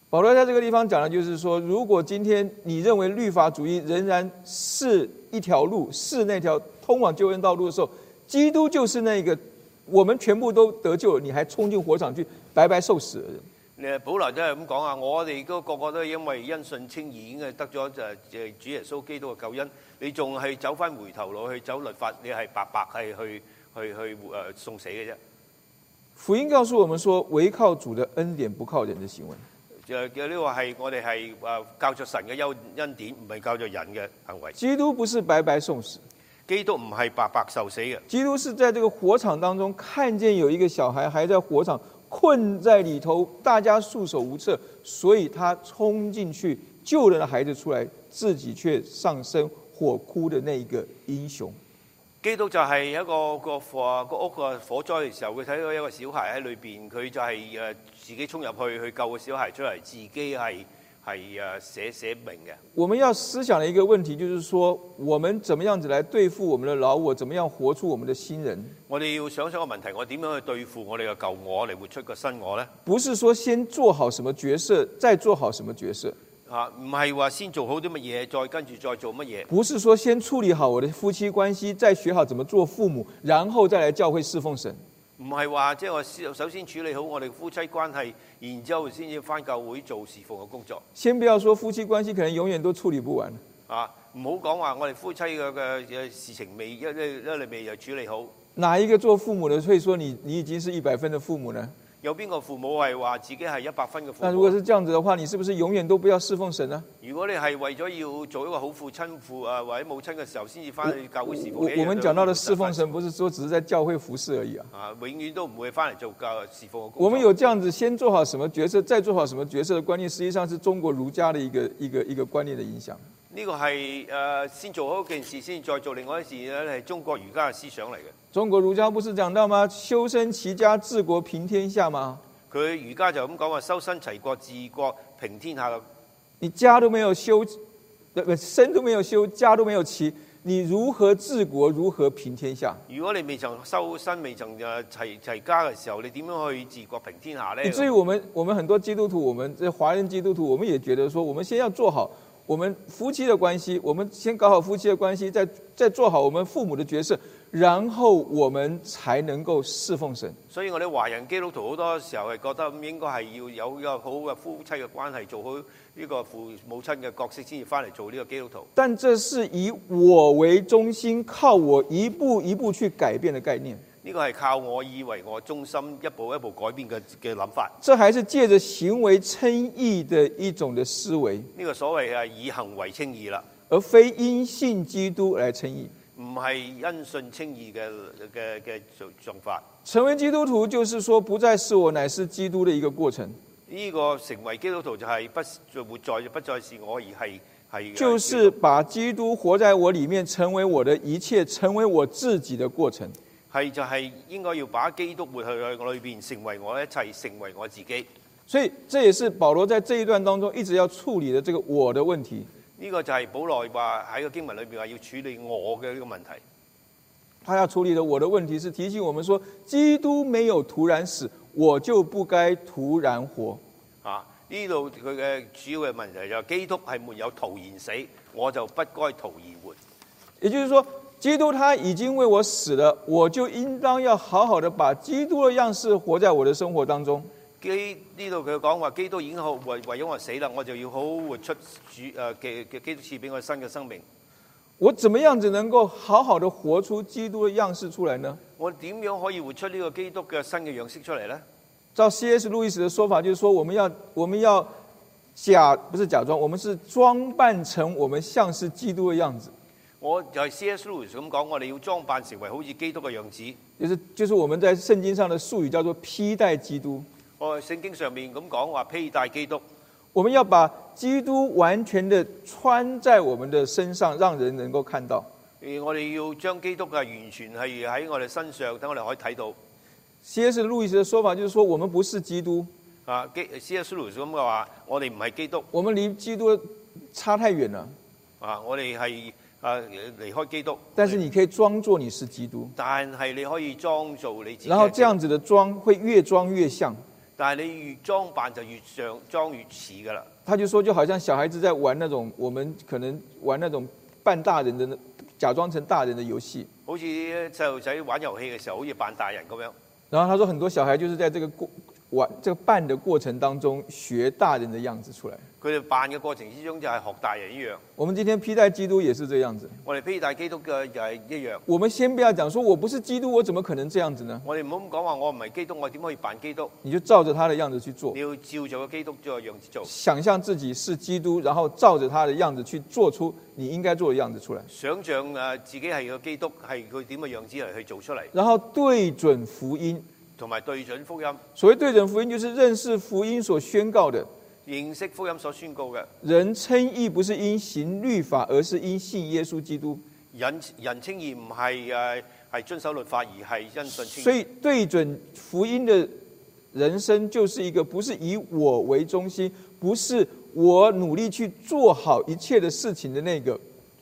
保罗在这个地方讲的就是说，如果今天你认为律法主义仍然是一条路，是那条通往救恩道路的时候，基督就是那个我们全部都得救了，你还冲进火场去白白受死的人。誒，保羅都係咁講啊！我哋都個個都因為因信稱義已經係得咗就誒主耶穌基督嘅救恩，你仲係走翻回頭路去走律法，你係白白係去去去誒、呃送死嘅啫。福音告诉我们说，唯靠主的恩典，不靠人的行为。就呢個係我哋係誒教著神嘅優恩典，唔係教著人嘅行為。基督不是白白送死，基督唔係白白受死嘅，基督是在这个火场当中看见有一个小孩还在火场困在里头，大家束手无策，所以他冲进去救了那孩子出来，自己却上身火窟的那一个英雄。基督就係一個個火個屋個火災嘅時候，佢睇到一個小孩喺裏邊，佢就係、誒、自己衝入去去救個小孩出嚟，自己係係誒寫寫明嘅。我们要思想的一个问题就是说，我们怎么样子来对付我们的老我，怎么样活出我们的新人？我哋要想想個問題，我點樣去對付我哋嘅舊我嚟活出個新我呢？不是说先做好什么角色，再做好什么角色；啊，唔係話先做好啲乜嘢，再跟住再做乜嘢，不是说先处理好我的夫妻关系，再学好怎么做父母，然后再来教会侍奉神。唔係話即係我先首先處理好我哋夫妻關係，然之後先至翻教會做侍奉嘅工作。先不要说夫妻关系可能永远都处理不完，啊，唔好講話我哋夫妻嘅嘅嘅事情未一一一嚟未又處理好。哪一个做父母的会说你你已经是一百分的父母呢？有邊個父母係話自己係一百分嘅父那如母果？是这样子的話，你是不是永远都不要侍奉神呢？如果你係為咗要做一個好父親父啊或者母親嘅時候，先至翻去教會侍奉，我一樣我们都讲到的唔會侍奉得神，不是说只是在教会服侍而已啊。啊，永遠都唔會翻嚟做教侍奉嘅工作。我们有这样子，先做好什么角色，再做好什么角色的观念，实际上是中国儒家的一个一个一个观念的影响。呢個係誒、呃先做好一件事，先再做另外一件事咧，係中國儒家嘅思想嚟嘅。中国儒家不是讲到吗？修身齐家治国平天下吗？佢儒家就咁講話：修身齊國治國平天下嘅。你家都没有修，呃不身都没有修，家都没有齐，你如何治国，如何平天下？如果你未曾修身、未曾誒齊齊家嘅時候，你點樣去治國平天下呢？以至于我们我们很多基督徒，我们这华人基督徒，我们也觉得说，我们先要做好我们夫妻的关系，我们先搞好夫妻的关系，再再做好我们父母的角色，然后我们才能够侍奉神。所以我哋華人基督徒好多時候係覺得咁應該係要有一個好嘅夫妻嘅關係，做好呢個父母親嘅角色，先至翻嚟做呢個基督徒。但这是以我为中心，靠我一步一步去改变的概念。呢個係靠我以為我中心，一步一步改變嘅嘅諗法。这还是借着行为称义的一种的思维，呢、個所謂係以行為稱義啦。而非因信基督来称义。唔係因信稱義嘅嘅嘅做做法。成为基督徒就是说，不再是我，乃是基督的一个过程，呢、個成為基督徒就係不就活在不再是我，而係係就是把基督活在我里面，成为我的一切，成为我自己的过程。係就係應該要把基督活去我裏邊，成為我一切，成為我自己。所以这也是保罗在这一段当中一直要处理的这个我的问题。呢、個就係保羅話喺個經文裏邊話要處理我嘅呢個問題。他要处理的我的问题是提醒我们说，基督没有突然死，我就不该突然活。啊！呢度佢嘅主要嘅問題就係基督係沒有徒然死，我就不該徒然活。也就是说，基督他已经为我死了，我就应当要好好的把基督的样式活在我的生活当中。基呢度佢講話，基督已經好為為咗我死啦，我就要好好活出主誒嘅嘅基督賜俾我新嘅生命。我怎么样子能够好好的活出基督的样式出来呢？我點樣可以活出呢個基督嘅新嘅樣式出嚟呢？照 C.S. 路易斯的说法，就是说我们要我们要假不是假装，我们是装扮成我们像是基督的样子，我就係 C.S. Lewis 咁講，我哋要裝扮成為好似基督嘅樣子。就是就是我们在圣经上的术语叫做披戴基督。我喺聖經上面咁講話披戴基督，我们要把基督完全的穿在我们的身上，让人能够看到。而呃我哋要將基督係完全係喺我哋身上，等我哋可以睇到。 C.S. 路易斯的说法就是说，我们不是基督，啊基 C.S. Lewis 咁嘅話，我哋唔係基督我们离基督差太远了，啊，我哋係啊離開基督。但是你可以装作你是基督，但係你可以裝做你自己嘅基督。然后这樣子的装会越装越像。但係你越裝扮就越像裝越似㗎啦。他就说，就好像小孩子在玩那种我们可能玩那种扮大人的那呃假装成大人的游戏。好似細路仔玩遊戲嘅時候，好似扮大人咁樣。然后他说，很多小孩就是在这个过玩这个扮的过程当中学大人的样子出来。佢哋扮嘅過程之中就係學大人一樣。我们今天披戴基督也是这样子。我哋披戴基督嘅就係一樣。我们先不要讲说我不是基督，我怎么可能这样子呢？我哋唔好咁講話，我唔係基督，我點可以扮基督？你就照着他的样子去做你，要照做個基督嘅樣子做，想象自己是基督，然后照着他的样子去做出你应该做的样子出来，想像誒自己係個基督，係佢點嘅樣子嚟去做出嚟，然後对准福音。同埋對準福音，所谓对准福音，就是认识福音所宣告的。認識福音所宣告嘅。人称义不是因行律法，而是因信耶稣基督。人人稱義唔係誒係遵守律法，而係因信稱義所以对准福音的人生，就是一个不是以我为中心，不是我努力去做好一切的事情的那个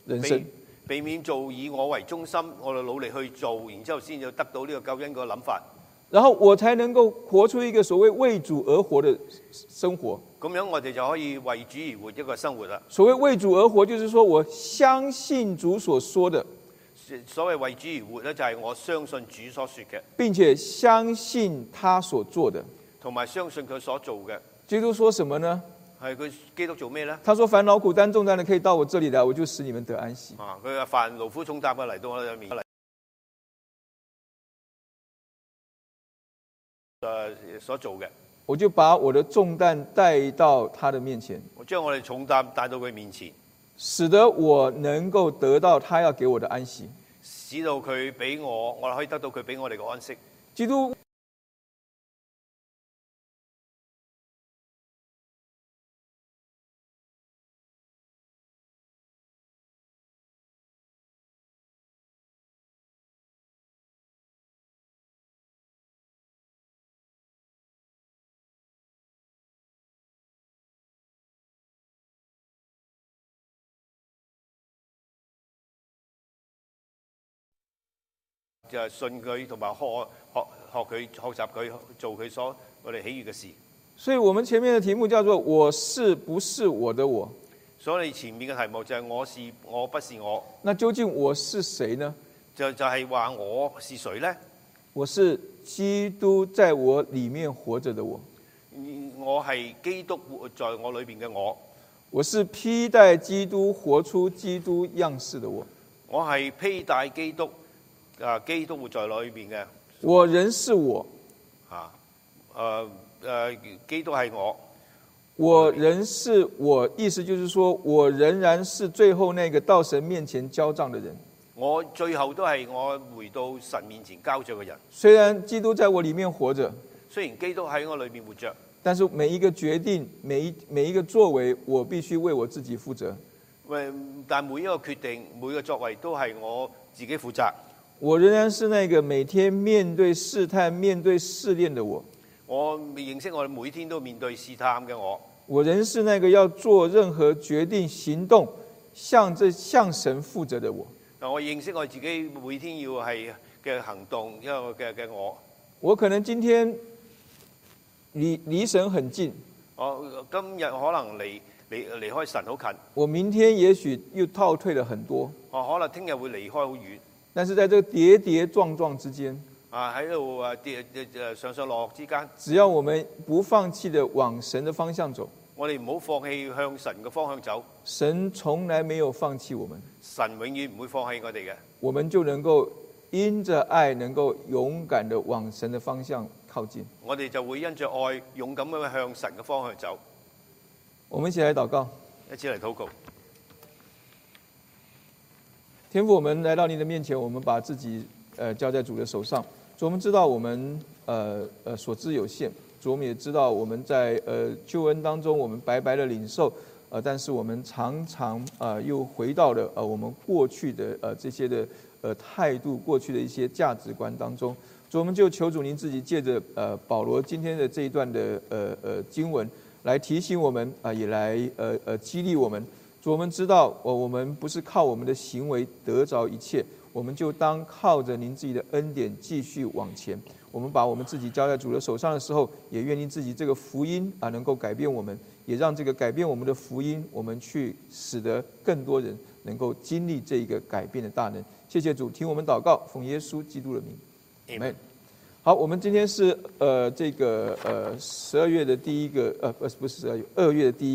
人生避。避免做以我為中心，我哋努力去做，然之後先至得到呢個救恩個諗法。然后我才能够活出一个所谓为主而活的生活。咁樣我哋就可以為主而活一個生活啦。所谓为主而活，就是说我相信主所说的，所謂為主而活咧，就係我相信主所說嘅，并且相信他所做的。同埋相信佢所做嘅。基督说什么呢？係佢基督做咩呢？他说：“烦恼、苦担、重担的，可以到我这里来，我就使你们得安息。啊，佢嘅犯勞苦重擔嘅嚟到我哋面嚟。誒所做嘅，我就把我的重担带到他的面前，我將我哋重擔帶到佢面前，使得我能够得到他要给我的安息。使到佢俾我，我可以得到佢俾我哋嘅安息。”基督就係信佢同埋學學學佢學習佢做佢所我哋喜悅嘅事。所以我们前面的题目叫做“我是不是我的我所以你前面嘅題目就係我是我不是我，”？那究竟我是谁呢？就就係、話我是誰呢？我是基督在我里面活着的我，我係基督活在我裏邊嘅我，我是披戴基督活出基督样式的我，我係披戴基督啊，基督活在裏邊嘅我仍是我，啊誒誒，基督係我，我仍是我，意思就是说我仍然是最后那个到神面前交账的人。我最後都係我回到神面前交賬嘅人。虽然基督在我里面活着，雖然基督喺我裏邊活着。但是每一个决定、每一每一个作为，我必须为我自己负责。喂但每一個決定、每個作為都係我自己負責。我仍然是那个每天面对试探、面對试炼的我，我認識我每天都面對試探嘅我，我仍是那个要做任何决定、行动向这向神负责的我。嗱我認識我自己每天要係嘅行動，因為我嘅嘅我，我可能今天离离神很近，我今日可能離離離開神好近，我明天也许又倒退了很多，我可能聽日會離開好遠。但是在这个跌跌撞撞之間，啊！喺度啊跌跌誒上上落落之間，只要我们不放棄的往神的方向走，我哋唔好放棄向神嘅方向走，神从来没有放棄我们，神永遠唔會放棄我哋嘅。我们就能够因着爱，能够勇敢的往神的方向靠近。我哋就會因着愛勇敢咁樣向神嘅方向走。我们一起来祷告，一次嚟禱告。天父，我们来到您的面前，我们把自己呃交在主的手上。主，我们知道我们呃呃所知有限，主，我们也知道我们在呃救恩当中，我们白白的领受。呃，但是我们常常呃又回到了呃我们过去的呃这些的呃态度、过去的一些价值观当中。所以我们就求主您自己借着呃保罗今天的这一段的呃呃经文来提醒我们啊、也来呃呃激励我们。主，我们知道，我我们不是靠我们的行为得着一切，我们就当靠着您自己的恩典继续往前。我们把我们自己交在主的手上的时候，也愿您自己这个福音啊，能够改变我们，也让这个改变我们的福音，我们去使得更多人能够经历这一个改变的大能。谢谢主，听我们祷告，奉耶稣基督的名。Amen。好，我们今天是呃这个呃十二月的第一个呃不是不是十二月，二月的第一个。